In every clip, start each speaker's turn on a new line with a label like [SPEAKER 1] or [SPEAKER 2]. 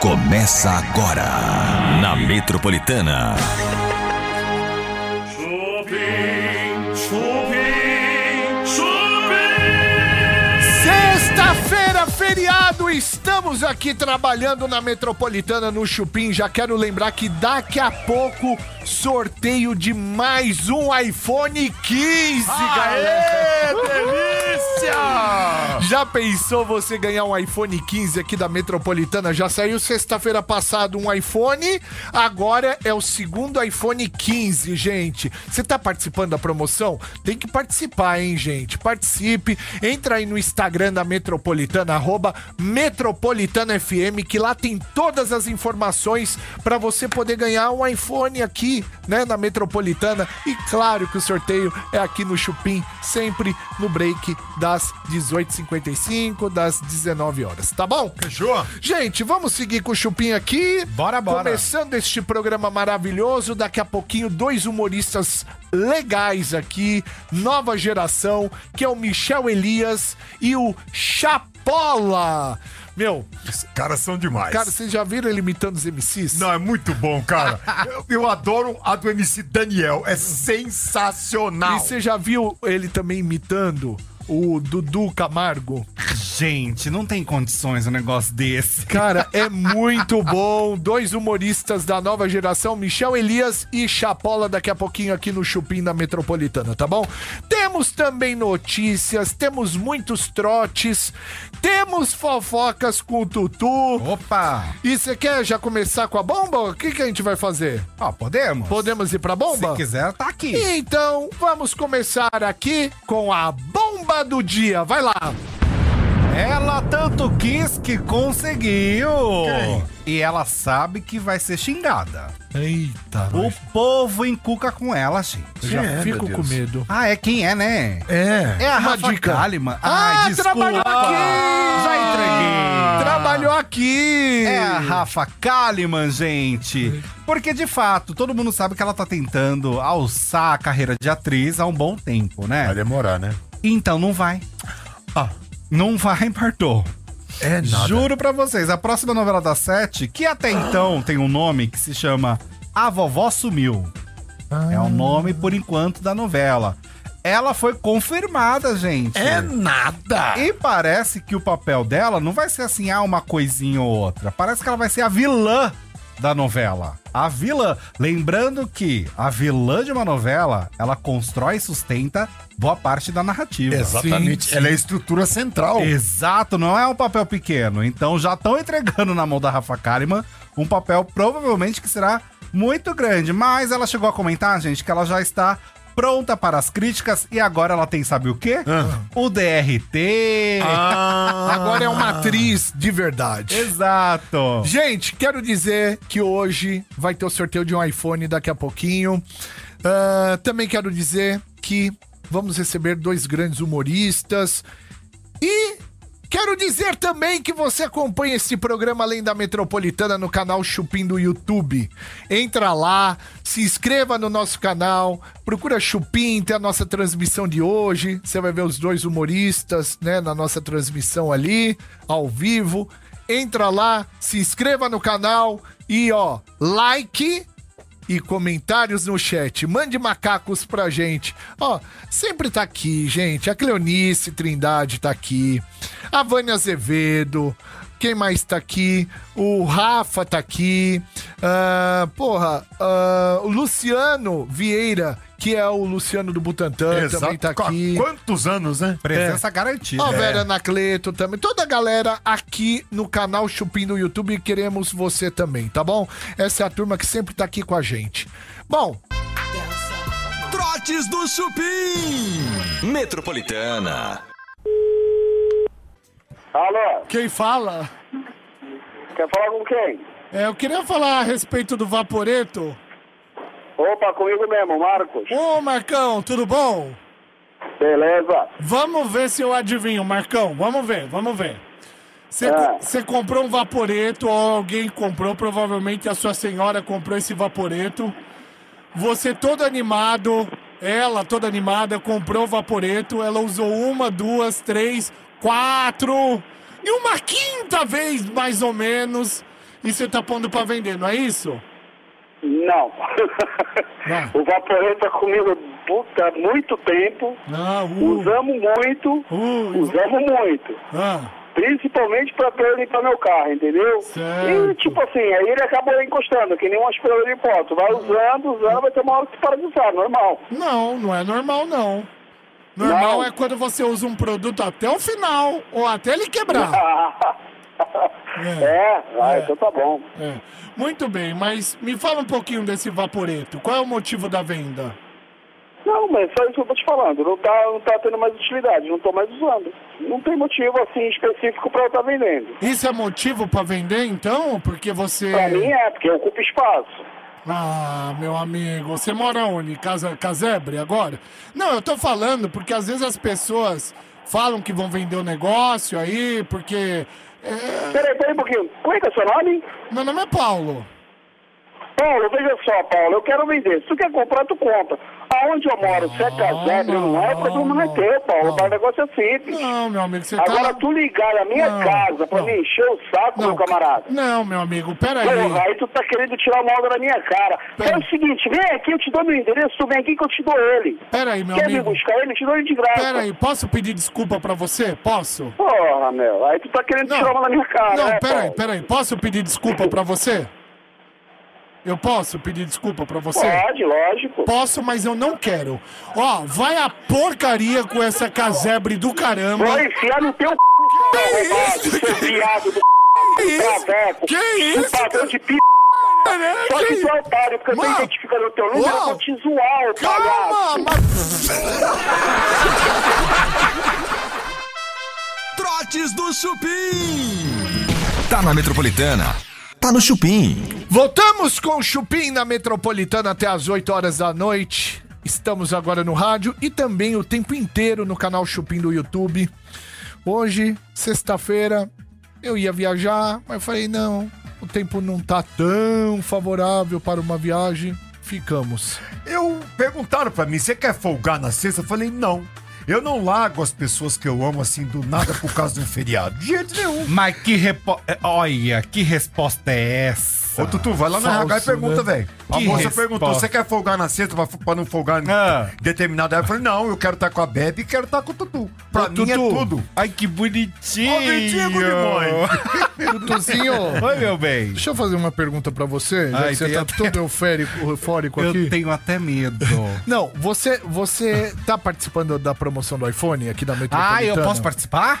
[SPEAKER 1] Começa agora na Metropolitana.
[SPEAKER 2] Chupim, chupim, chupim.
[SPEAKER 3] Sexta-feira, feriado, estamos aqui trabalhando na Metropolitana no Chupim. Já quero lembrar que daqui a pouco sorteio de mais um iPhone 15, galera. delícia! Já pensou você ganhar um iPhone 15 aqui da Metropolitana? Já saiu sexta-feira passada um iPhone, agora é o segundo iPhone 15, gente. Você tá participando da promoção? Tem que participar, hein, gente? Participe, entra aí no Instagram da Metropolitana, arroba Metropolitana FM, que lá tem todas as informações para você poder ganhar um iPhone aqui, né, na Metropolitana. E claro que o sorteio é aqui no Chupim, sempre no break das 18h55, das 19 horas, tá bom?
[SPEAKER 4] Fechou?
[SPEAKER 3] Gente, vamos seguir com o Chupim aqui.
[SPEAKER 4] Bora, bora.
[SPEAKER 3] Começando este programa maravilhoso, daqui a pouquinho dois humoristas legais aqui, nova geração, que é o Michel Elias e o Chapola. Meu,
[SPEAKER 4] Os caras são demais.
[SPEAKER 3] cara, vocês já viram ele imitando os MCs?
[SPEAKER 4] Não, é muito bom, cara. eu, eu adoro a do MC Daniel. É sensacional.
[SPEAKER 3] E você já viu ele também imitando o Dudu Camargo?
[SPEAKER 5] é- Gente, não tem condições um negócio desse.
[SPEAKER 3] Cara, é muito bom. Dois humoristas da nova geração, Michel Elias e Chapola, daqui a pouquinho aqui no Chupim da Metropolitana, tá bom? Temos também notícias, temos muitos trotes, temos fofocas com o Tutu.
[SPEAKER 5] Opa!
[SPEAKER 3] E você quer já começar com a bomba? O que, que a gente vai fazer?
[SPEAKER 5] Ó, podemos?
[SPEAKER 3] Podemos ir pra bomba?
[SPEAKER 5] Se quiser, tá aqui.
[SPEAKER 3] Então, vamos começar aqui com a bomba do dia. Vai lá.
[SPEAKER 5] Ela tanto quis que conseguiu.
[SPEAKER 4] Quem?
[SPEAKER 5] E ela sabe que vai ser xingada.
[SPEAKER 3] Eita,
[SPEAKER 5] O povo encuca com ela, gente.
[SPEAKER 3] já fico com medo.
[SPEAKER 5] Ah, é quem é, né?
[SPEAKER 4] É.
[SPEAKER 5] É a
[SPEAKER 3] Uma
[SPEAKER 5] Rafa
[SPEAKER 3] dica.
[SPEAKER 5] Kalimann.
[SPEAKER 3] Ah,
[SPEAKER 5] Ai, desculpa.
[SPEAKER 3] trabalhou aqui! Ah.
[SPEAKER 5] Já entreguei.
[SPEAKER 3] Trabalhou aqui!
[SPEAKER 5] É a Rafa Kalimann, gente. Porque, de fato, todo mundo sabe que ela tá tentando alçar a carreira de atriz há um bom tempo, né?
[SPEAKER 4] Vai demorar, né?
[SPEAKER 5] Então não vai. Ah, não vai, Bartô.
[SPEAKER 4] É
[SPEAKER 5] Juro pra vocês, a próxima novela da Sete, que até então tem um nome que se chama A Vovó Sumiu. É o nome, por enquanto, da novela. Ela foi confirmada, gente.
[SPEAKER 4] É nada.
[SPEAKER 5] E parece que o papel dela não vai ser assim, ah, uma coisinha ou outra. Parece que ela vai ser a vilã da novela. A vilã. Lembrando que a vilã de uma novela, ela constrói e sustenta boa parte da narrativa.
[SPEAKER 4] Exatamente. Ela é a estrutura central.
[SPEAKER 5] Exato, não é um papel pequeno. Então já estão entregando na mão da Rafa Kalimann um papel provavelmente que será muito grande. Mas ela chegou a comentar, gente, que ela já está pronta para as críticas e agora ela tem, sabe o quê? O DRT.
[SPEAKER 3] Agora é uma atriz de verdade.
[SPEAKER 5] Exato.
[SPEAKER 3] Gente, quero dizer que hoje vai ter o sorteio de um iPhone daqui a pouquinho. Ah, também quero dizer que vamos receber dois grandes humoristas. E quero dizer também que você acompanha esse programa além da Metropolitana no canal Chupim do YouTube. Entra lá, se inscreva no nosso canal, procura Chupim, tem a nossa transmissão de hoje. Você vai ver os dois humoristas, né, na nossa transmissão ali, ao vivo. Entra lá, se inscreva no canal e ó, like e comentários no chat. Mande macacos pra gente. Ó, sempre tá aqui, gente. A Cleonice Trindade tá aqui. A Vânia Azevedo. Quem mais tá aqui? O Rafa tá aqui. Ah, porra, ah, o Luciano Vieira, que é o Luciano do Butantan, também tá
[SPEAKER 4] Há
[SPEAKER 3] aqui.
[SPEAKER 4] Quantos anos, né?
[SPEAKER 5] Presença garantida.
[SPEAKER 3] Ó, Vera Anacleto também. Toda a galera aqui no canal Chupim no YouTube, queremos você também, tá bom? Essa é a turma que sempre tá aqui com a gente. Bom,
[SPEAKER 1] Trotes do Chupim. Metropolitana.
[SPEAKER 6] Alô,
[SPEAKER 3] quem fala?
[SPEAKER 6] quer falar com quem?
[SPEAKER 3] É, eu queria falar a respeito do Vaporeto.
[SPEAKER 6] Opa, comigo mesmo, Marcos.
[SPEAKER 3] Ô, Marcão, tudo bom?
[SPEAKER 6] Beleza?
[SPEAKER 3] Vamos ver se eu adivinho, Marcão. Vamos ver, vamos ver. Você
[SPEAKER 6] Ah.
[SPEAKER 3] você comprou um vaporeto, ou alguém comprou, provavelmente a sua senhora comprou esse vaporeto. Você todo animado, ela toda animada, comprou o vaporeto, ela usou uma, duas, três, quatro. E uma quinta vez, mais ou menos, e você tá pondo pra vender, não é isso?
[SPEAKER 2] Não.
[SPEAKER 3] Vai.
[SPEAKER 2] o vaporeta tá comigo puta, há muito tempo.
[SPEAKER 3] Ah, uh,
[SPEAKER 2] Usamos muito.
[SPEAKER 3] Uh.
[SPEAKER 2] Usamos muito.
[SPEAKER 3] ah,
[SPEAKER 2] Principalmente pra eu limpar meu carro, entendeu?
[SPEAKER 3] Certo.
[SPEAKER 2] E tipo assim, aí ele acabou encostando, que nem um aspirador de pó. Tu vai usando, usando, vai ter uma hora que tu para de usar, normal.
[SPEAKER 3] não, não é normal, não. Normal
[SPEAKER 2] Não.
[SPEAKER 3] é quando você usa um produto até o final, ou até ele quebrar.
[SPEAKER 2] é, ah,
[SPEAKER 3] é.
[SPEAKER 2] então tá bom.
[SPEAKER 3] É. Muito bem, mas me fala um pouquinho desse vaporeto. Qual é o motivo da venda?
[SPEAKER 2] Não, mas só isso que eu tô te falando. Não tá, não tá tendo mais utilidade, não tô mais usando. Não tem motivo assim específico pra eu estar vendendo.
[SPEAKER 3] Isso é motivo pra vender, então? Porque você...
[SPEAKER 2] Pra mim é, porque ocupa espaço.
[SPEAKER 3] Ah, meu amigo, você mora onde? Em Casa, casebre agora? Não, eu tô falando porque às vezes as pessoas falam que vão vender o negócio aí, porque. é,
[SPEAKER 2] Peraí, peraí um pouquinho. Como é que é seu nome?
[SPEAKER 3] Meu nome é Paulo.
[SPEAKER 2] Paulo, veja só, Paulo, eu quero vender. Se tu quer comprar, tu compra. Aonde eu moro, se é casebre ou não é, o problema não é teu, Paulo. O negócio é simples.
[SPEAKER 3] Não, meu amigo, você
[SPEAKER 2] Agora
[SPEAKER 3] tá.
[SPEAKER 2] tu ligar na minha
[SPEAKER 3] Não,
[SPEAKER 2] casa pra
[SPEAKER 3] não.
[SPEAKER 2] me encher o saco, meu camarada.
[SPEAKER 3] Não, é meu amigo, peraí.
[SPEAKER 2] Porra, aí tu tá querendo tirar uma onda da minha cara.
[SPEAKER 3] Pera-
[SPEAKER 2] É o seguinte, vem aqui, eu te dou meu endereço, tu vem aqui que eu te dou ele.
[SPEAKER 3] Peraí, meu
[SPEAKER 2] Quer
[SPEAKER 3] amigo.
[SPEAKER 2] me buscar ele, eu te dou ele de graça.
[SPEAKER 3] Peraí, posso pedir desculpa pra você? Posso?
[SPEAKER 2] Porra, meu, aí tu tá querendo tirar uma da minha cara,
[SPEAKER 3] não,
[SPEAKER 2] né,
[SPEAKER 3] peraí,
[SPEAKER 2] Paulo?
[SPEAKER 3] peraí. Posso pedir desculpa pra você? Eu posso pedir desculpa pra você?
[SPEAKER 2] Pode, lógico.
[SPEAKER 3] Posso, mas eu não quero. Ó, vai a porcaria com essa casebre do caramba.
[SPEAKER 2] Vou enfiar no teu c...
[SPEAKER 3] isso?
[SPEAKER 2] seu viado do c...
[SPEAKER 3] Que isso?
[SPEAKER 2] traveco.
[SPEAKER 3] Que isso?
[SPEAKER 2] Padrão de p...
[SPEAKER 3] cara?
[SPEAKER 2] Só que
[SPEAKER 3] Que
[SPEAKER 2] tu é otário, porque eu tô
[SPEAKER 3] Mano.
[SPEAKER 2] identificando o teu número, eu
[SPEAKER 3] Uau.
[SPEAKER 2] vou te zoar, ô
[SPEAKER 3] Calma,
[SPEAKER 2] palhaço.
[SPEAKER 3] mas...
[SPEAKER 1] Trotes do Chupim. Tá na Metropolitana. Tá no Chupim.
[SPEAKER 3] Voltamos com o Chupim na Metropolitana até as 8 horas da noite. Estamos agora no rádio e também o tempo inteiro no canal Chupim do YouTube. Hoje, sexta-feira, eu ia viajar, mas falei, não, o tempo não tá tão favorável para uma viagem. Ficamos.
[SPEAKER 4] Eu perguntaram pra mim, você quer folgar na sexta? Eu falei, não. Eu não largo as pessoas que eu amo assim do nada por causa de um feriado. De jeito nenhum.
[SPEAKER 5] Mas que repo... é, Olha, que resposta é essa?
[SPEAKER 4] Ô, Tutu, vai lá na
[SPEAKER 3] Falso,
[SPEAKER 4] RH e pergunta,
[SPEAKER 3] né?
[SPEAKER 4] velho. A
[SPEAKER 5] Que
[SPEAKER 4] moça
[SPEAKER 5] resposta.
[SPEAKER 4] perguntou, você quer folgar na sexta pra, pra não folgar em
[SPEAKER 5] Ah.
[SPEAKER 4] determinada época? Eu falei, não, eu quero estar com a Bebe e quero estar com o Tutu. Pra
[SPEAKER 5] Ô,
[SPEAKER 4] mim é
[SPEAKER 5] Tutu,
[SPEAKER 4] tudo.
[SPEAKER 5] Ai, que bonitinho.
[SPEAKER 4] Ô, dentinho de mãe.
[SPEAKER 3] Tutuzinho,
[SPEAKER 5] Oi, meu bem.
[SPEAKER 3] deixa eu fazer uma pergunta pra você, já
[SPEAKER 5] Ai,
[SPEAKER 3] que você
[SPEAKER 5] tem
[SPEAKER 3] tá
[SPEAKER 5] até-
[SPEAKER 3] todo euférico, eufórico aqui.
[SPEAKER 5] Eu tenho até medo.
[SPEAKER 3] Não, você, você tá participando da promoção do iPhone aqui da Metropolitana?
[SPEAKER 5] ah, eu posso participar?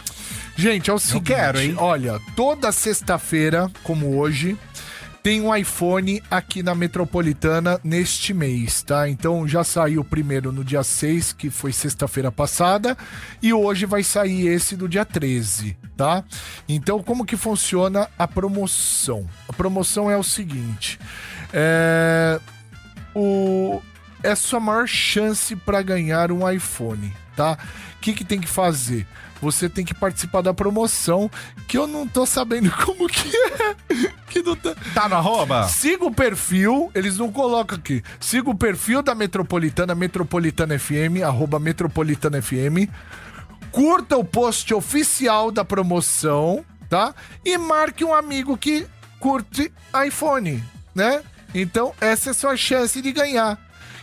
[SPEAKER 3] Gente, é o seguinte,
[SPEAKER 5] quero, hein?
[SPEAKER 3] olha, toda sexta-feira, como hoje, tem um iPhone aqui na Metropolitana neste mês, tá? Então já saiu o primeiro no dia 6, que foi sexta-feira passada, e hoje vai sair esse do dia 13, tá? Então como que funciona a promoção? A promoção é o seguinte, é o é sua maior chance para ganhar um iPhone, tá? O que, que tem que fazer? Você tem que participar da promoção, que eu não tô sabendo como que é. Que não tá...
[SPEAKER 5] Tá no arroba?
[SPEAKER 3] Siga o perfil, eles não colocam aqui. Siga o perfil da Metropolitana, Metropolitana FM, arroba Metropolitana FM. Curta o post oficial da promoção, tá? E marque um amigo que curte iPhone, né? Então, essa é a sua chance de ganhar.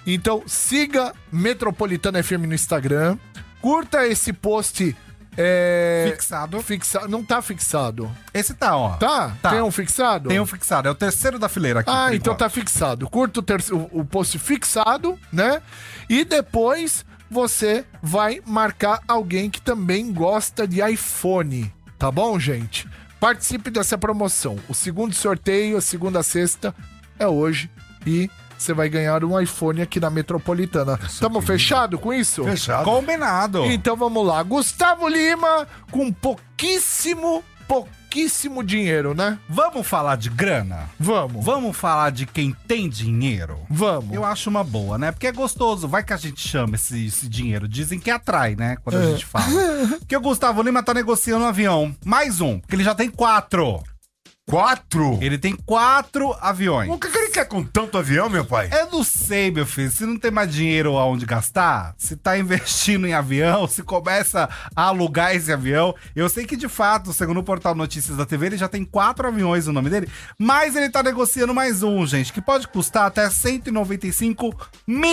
[SPEAKER 3] Então, siga Metropolitana FM no Instagram. Curta esse post. É...
[SPEAKER 5] Fixado.
[SPEAKER 3] Fixa... Não tá fixado.
[SPEAKER 5] Esse tá, ó.
[SPEAKER 3] Tá?
[SPEAKER 5] Tá.
[SPEAKER 3] Tem um fixado?
[SPEAKER 5] Tem um fixado. É o terceiro da fileira aqui.
[SPEAKER 3] Ah,
[SPEAKER 5] por
[SPEAKER 3] então
[SPEAKER 5] enquanto.
[SPEAKER 3] tá fixado. Curta o, terce- o- o post fixado, né? E depois você vai marcar alguém que também gosta de iPhone, tá bom, gente? Participe dessa promoção. O segundo sorteio, a segunda sexta, é hoje. E você vai ganhar um iPhone aqui na Metropolitana. Tamo fechado com isso?
[SPEAKER 4] Fechado.
[SPEAKER 5] Combinado.
[SPEAKER 3] Então vamos lá. Gustavo Lima com pouquíssimo, pouquíssimo dinheiro, né?
[SPEAKER 5] Vamos falar de grana?
[SPEAKER 3] Vamos,
[SPEAKER 5] Vamos falar de quem tem dinheiro?
[SPEAKER 3] vamos.
[SPEAKER 5] Eu acho uma boa, né? Porque é gostoso. Vai que a gente chama esse, esse dinheiro. Dizem que atrai, né? Quando a gente fala. Porque o Gustavo Lima tá negociando um avião. Mais um. Porque ele já tem quatro.
[SPEAKER 4] Quatro?
[SPEAKER 5] Ele tem quatro aviões.
[SPEAKER 4] O que que ele quer com tanto avião, meu pai?
[SPEAKER 5] Eu não sei, meu filho. Se não tem mais dinheiro aonde gastar, se tá investindo em avião, se começa a alugar esse avião. Eu sei que, de fato, segundo o portal Notícias da TV, ele já tem quatro aviões no nome dele, mas ele tá negociando mais um, gente, que pode custar até 195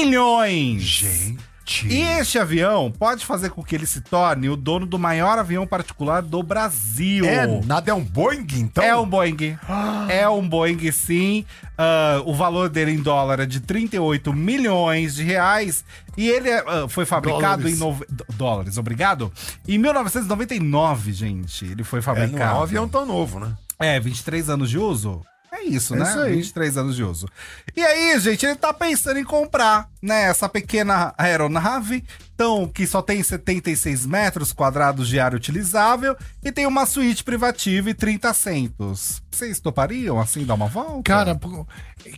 [SPEAKER 5] milhões.
[SPEAKER 4] Gente.
[SPEAKER 5] E este avião pode fazer com que ele se torne o dono do maior avião particular do Brasil.
[SPEAKER 4] É nada, é um Boeing, então?
[SPEAKER 5] É um Boeing. É um Boeing, sim. Ah, o valor dele em dólar é de 38 milhões de reais. E ele ah, foi fabricado em...
[SPEAKER 4] Dólares.
[SPEAKER 5] nove- d- Dólares, obrigado. Em 1999, gente, ele foi
[SPEAKER 4] É, não é
[SPEAKER 5] fabricado.
[SPEAKER 4] um avião tão novo, né?
[SPEAKER 5] É, 23 anos de uso? É isso, né?
[SPEAKER 4] isso aí.
[SPEAKER 5] 23 anos de uso. E aí, gente, ele tá pensando em comprar, né, essa pequena aeronave, então, que só tem 76 metros quadrados de área utilizável e tem uma suíte privativa e 30 assentos. Vocês topariam, assim, dar uma volta?
[SPEAKER 3] Cara, pô,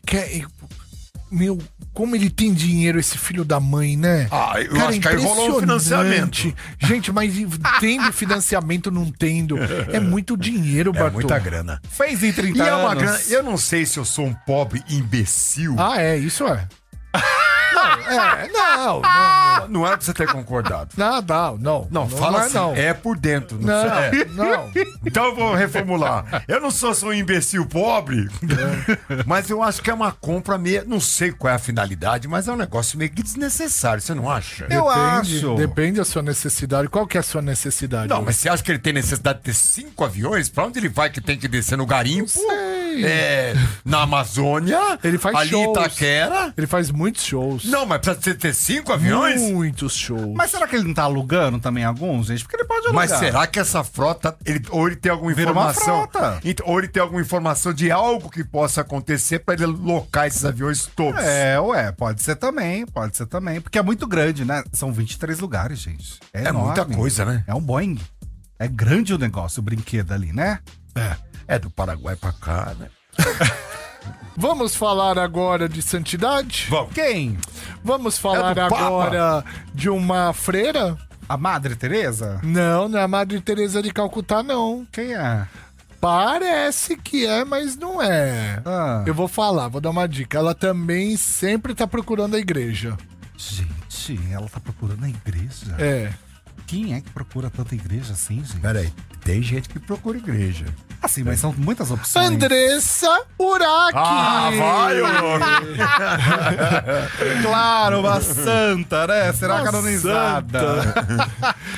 [SPEAKER 3] que- meu, como ele tem dinheiro, esse filho da mãe, né?
[SPEAKER 4] Ah, eu acho que aí rolou um
[SPEAKER 3] impressionante.
[SPEAKER 4] financiamento.
[SPEAKER 3] Gente, mas tendo financiamento, não tendo. É muito dinheiro,
[SPEAKER 4] É
[SPEAKER 3] Bartô.
[SPEAKER 4] muita grana.
[SPEAKER 5] fez em 30
[SPEAKER 4] E é
[SPEAKER 5] anos.
[SPEAKER 4] uma grana. Eu não sei se eu sou um pobre imbecil.
[SPEAKER 3] Ah, é, isso é. Não, é, não, não,
[SPEAKER 4] Não era pra você ter concordado.
[SPEAKER 3] não, não, não.
[SPEAKER 4] Não, fala
[SPEAKER 3] é,
[SPEAKER 4] assim.
[SPEAKER 3] não.
[SPEAKER 4] É por dentro. Não,
[SPEAKER 3] Não,
[SPEAKER 4] precisa- é.
[SPEAKER 3] não.
[SPEAKER 4] Então eu vou reformular. Eu não sou só um imbecil pobre, mas eu acho que é uma compra meio. Não sei qual é a finalidade, mas é um negócio meio que desnecessário, você não acha?
[SPEAKER 5] Eu
[SPEAKER 3] Depende,
[SPEAKER 5] acho.
[SPEAKER 3] Depende da sua necessidade. Qual que é a sua necessidade?
[SPEAKER 4] Não, mas você acha que ele tem necessidade de ter cinco aviões? Pra onde ele vai que tem que descer no garimpo?
[SPEAKER 3] sei.
[SPEAKER 4] É, na Amazônia?
[SPEAKER 3] Ele faz
[SPEAKER 4] Ali em
[SPEAKER 3] shows.
[SPEAKER 4] Itaquera?
[SPEAKER 3] Ele faz muitos shows.
[SPEAKER 4] Não, mas precisa você ter cinco aviões?
[SPEAKER 3] Muitos shows.
[SPEAKER 5] Mas será que ele não tá alugando também alguns, gente? Porque ele pode alugar.
[SPEAKER 4] Mas será que essa frota, ele- ou ele tem alguma
[SPEAKER 5] Vira uma
[SPEAKER 4] informação,
[SPEAKER 5] frota.
[SPEAKER 4] Ent- ou ele tem alguma informação de algo que possa acontecer pra ele locar esses aviões todos?
[SPEAKER 5] É, ué, pode ser também, pode ser também. Porque é muito grande, né? São 23 lugares, gente. É,
[SPEAKER 4] É
[SPEAKER 5] enorme.
[SPEAKER 4] muita coisa, né?
[SPEAKER 5] É um Boeing. É grande o negócio, o brinquedo ali, né?
[SPEAKER 4] É do Paraguai pra cá, né?
[SPEAKER 3] Vamos falar agora de santidade?
[SPEAKER 4] Vamos.
[SPEAKER 5] Quem?
[SPEAKER 3] Vamos falar
[SPEAKER 4] É do Papa.
[SPEAKER 3] agora de uma freira?
[SPEAKER 5] A Madre Teresa?
[SPEAKER 3] Não, não é a Madre Teresa de Calcutá, não.
[SPEAKER 5] Quem é?
[SPEAKER 3] Parece que é, mas não é.
[SPEAKER 5] Ah.
[SPEAKER 3] Eu vou falar, vou dar uma dica. Ela também sempre tá procurando a igreja.
[SPEAKER 5] Gente, ela tá procurando a igreja.
[SPEAKER 3] É.
[SPEAKER 5] Quem é que procura tanta igreja assim, gente?
[SPEAKER 4] Peraí, tem gente que procura igreja.
[SPEAKER 5] Assim, mas são muitas opções.
[SPEAKER 3] Andressa Uraki.
[SPEAKER 4] Ah, vai, ô louco!
[SPEAKER 5] claro, uma santa, né? Será
[SPEAKER 3] Uma
[SPEAKER 5] canonizada?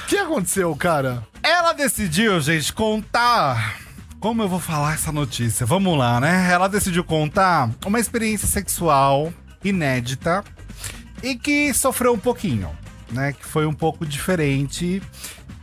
[SPEAKER 3] O que aconteceu, cara?
[SPEAKER 5] Ela decidiu, gente, contar. Como eu vou falar essa notícia? Vamos lá, né? Ela decidiu contar uma experiência sexual inédita e que sofreu um pouquinho, né? Que foi um pouco diferente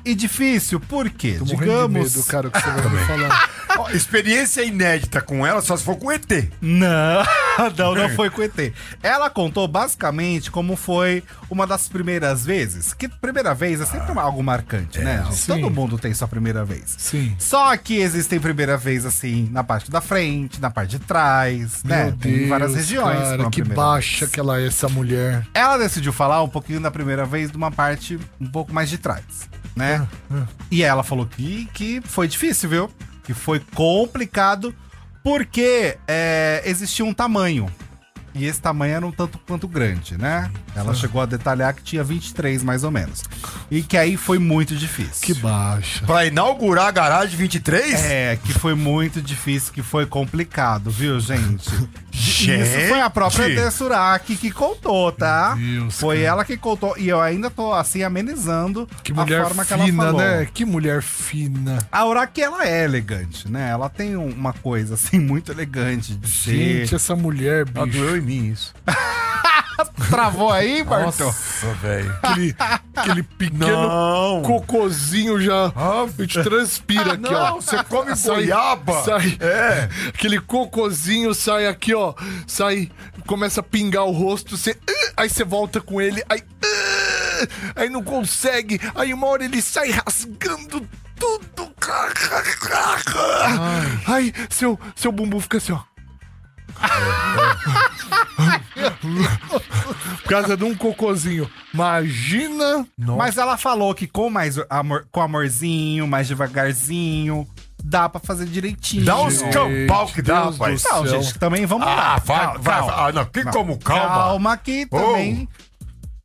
[SPEAKER 5] e difícil. Por quê?
[SPEAKER 3] Tô morrendo de
[SPEAKER 5] Digamos.
[SPEAKER 3] medo, cara, o que você vai me falar.
[SPEAKER 4] Ó, Experiência inédita com ela, só se for com o ET.
[SPEAKER 5] Não, não, não foi com ET. Ela contou basicamente como foi uma das primeiras vezes. Que primeira vez é sempre algo marcante, né?
[SPEAKER 3] É, sim.
[SPEAKER 5] Todo mundo tem sua primeira vez.
[SPEAKER 3] Sim.
[SPEAKER 5] Só que existem primeira vez assim na parte da frente, na parte de trás,
[SPEAKER 3] Meu
[SPEAKER 5] né?
[SPEAKER 3] Deus,
[SPEAKER 5] Tem várias regiões. com
[SPEAKER 3] Cara,
[SPEAKER 5] a
[SPEAKER 3] que
[SPEAKER 5] primeira
[SPEAKER 3] baixa
[SPEAKER 5] vez.
[SPEAKER 3] que ela é, essa mulher.
[SPEAKER 5] Ela decidiu falar um pouquinho da primeira vez de uma parte um pouco mais de trás, né? E ela falou que, que foi difícil, viu? Que foi complicado porque é, existia um tamanho. E esse tamanho era um tanto quanto grande, né? Ela chegou a detalhar que tinha 23, mais ou menos. E que aí foi muito difícil.
[SPEAKER 3] Que baixa.
[SPEAKER 4] Pra inaugurar a garagem 23?
[SPEAKER 5] É, que foi muito difícil, que foi complicado, viu, gente?
[SPEAKER 4] Gente!
[SPEAKER 5] Isso foi a própria Dessuraki que contou, tá?
[SPEAKER 3] Meu Deus,
[SPEAKER 5] foi ela que contou. E eu ainda tô, assim, amenizando
[SPEAKER 3] Que mulher
[SPEAKER 5] a forma que ela
[SPEAKER 3] fina,
[SPEAKER 5] falou.
[SPEAKER 3] né? Que mulher fina.
[SPEAKER 5] A Uraki, ela é elegante, né? Ela tem um- uma coisa, assim, muito elegante de ser.
[SPEAKER 3] Gente, essa mulher,
[SPEAKER 5] Tá
[SPEAKER 4] Ah,
[SPEAKER 3] bicho.
[SPEAKER 4] doeu em mim isso.
[SPEAKER 5] Travou aí, Bartô?
[SPEAKER 4] Nossa, velho.
[SPEAKER 3] Aquele, aquele pequeno
[SPEAKER 4] Não!
[SPEAKER 3] cocôzinho já.
[SPEAKER 4] Ah,
[SPEAKER 3] A gente transpira aqui, ó.
[SPEAKER 4] Não, você come
[SPEAKER 3] Sai-
[SPEAKER 4] goiaba.
[SPEAKER 3] Sai.
[SPEAKER 4] É.
[SPEAKER 3] Aquele cocôzinho sai aqui, ó. Sai, começa a pingar o rosto, você. "Ah", Aí você volta com ele, aí. "Ah", Aí não consegue. Aí uma hora ele sai rasgando tudo. Aí seu, seu bumbum fica assim, ó. Por causa de um cocôzinho. Imagina.
[SPEAKER 5] Mas ela falou que com mais amor, com amorzinho, mais devagarzinho, dá pra fazer direitinho.
[SPEAKER 4] Dá uns
[SPEAKER 5] Gente,
[SPEAKER 4] campal que dá,
[SPEAKER 3] Deus
[SPEAKER 4] rapaz.
[SPEAKER 3] do
[SPEAKER 5] Não,
[SPEAKER 3] céu.
[SPEAKER 5] gente, também vamos lá.
[SPEAKER 4] Ah, vai,
[SPEAKER 5] Calma,
[SPEAKER 4] vai.
[SPEAKER 5] calma.
[SPEAKER 4] Ah, não, que como calma.
[SPEAKER 5] Calma que também.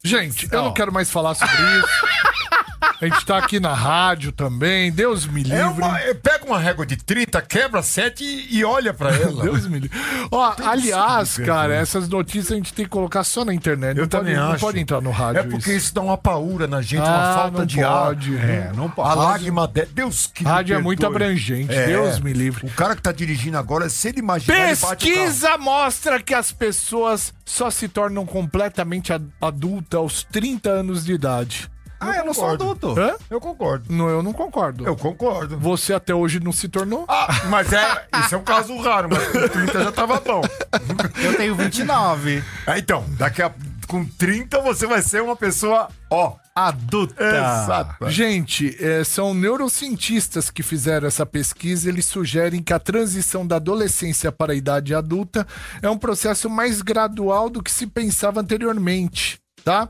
[SPEAKER 3] Gente, eu
[SPEAKER 5] Ó.
[SPEAKER 3] não quero mais falar sobre isso. A gente tá aqui na rádio também. Deus me livre.
[SPEAKER 4] É uma- é, pega uma régua de 30, quebra 7 e, e olha pra ela.
[SPEAKER 3] Deus me livre. Ó, aliás, cara, essas notícias a gente tem que colocar só na internet.
[SPEAKER 4] né? Eu
[SPEAKER 3] não
[SPEAKER 4] também
[SPEAKER 3] pode,
[SPEAKER 4] acho.
[SPEAKER 3] Não pode entrar no rádio.
[SPEAKER 4] É porque
[SPEAKER 3] isso.
[SPEAKER 4] isso, dá uma paura na gente,
[SPEAKER 3] Ah,
[SPEAKER 4] uma falta
[SPEAKER 3] não
[SPEAKER 4] de
[SPEAKER 3] pode.
[SPEAKER 4] ar.
[SPEAKER 3] É, não pode.
[SPEAKER 4] A lágrima de... Deus que me
[SPEAKER 3] Rádio é
[SPEAKER 4] perdoe. É.
[SPEAKER 3] muito abrangente. Deus me livre.
[SPEAKER 4] O cara que tá dirigindo agora, se ele imaginar, ele bate o carro.
[SPEAKER 3] Pesquisa mostra que as pessoas só se tornam completamente ad- adulta aos 30 anos de idade.
[SPEAKER 5] Ah, eu não sou
[SPEAKER 4] concordo.
[SPEAKER 5] adulto.
[SPEAKER 3] Hã?
[SPEAKER 4] Eu concordo.
[SPEAKER 3] Não, eu não concordo.
[SPEAKER 4] Eu concordo.
[SPEAKER 3] Você até hoje não se tornou?
[SPEAKER 4] Ah, mas é, isso é um caso raro, mas com 30 já tava bom.
[SPEAKER 5] Eu tenho 29.
[SPEAKER 4] Ah, então, daqui a com 30 você vai ser uma pessoa, ó,
[SPEAKER 5] Adulta.
[SPEAKER 4] exata.
[SPEAKER 3] Gente, eh, são neurocientistas que fizeram essa pesquisa. Eles sugerem que a transição da adolescência para a idade adulta é um processo mais gradual do que se pensava anteriormente. Tá?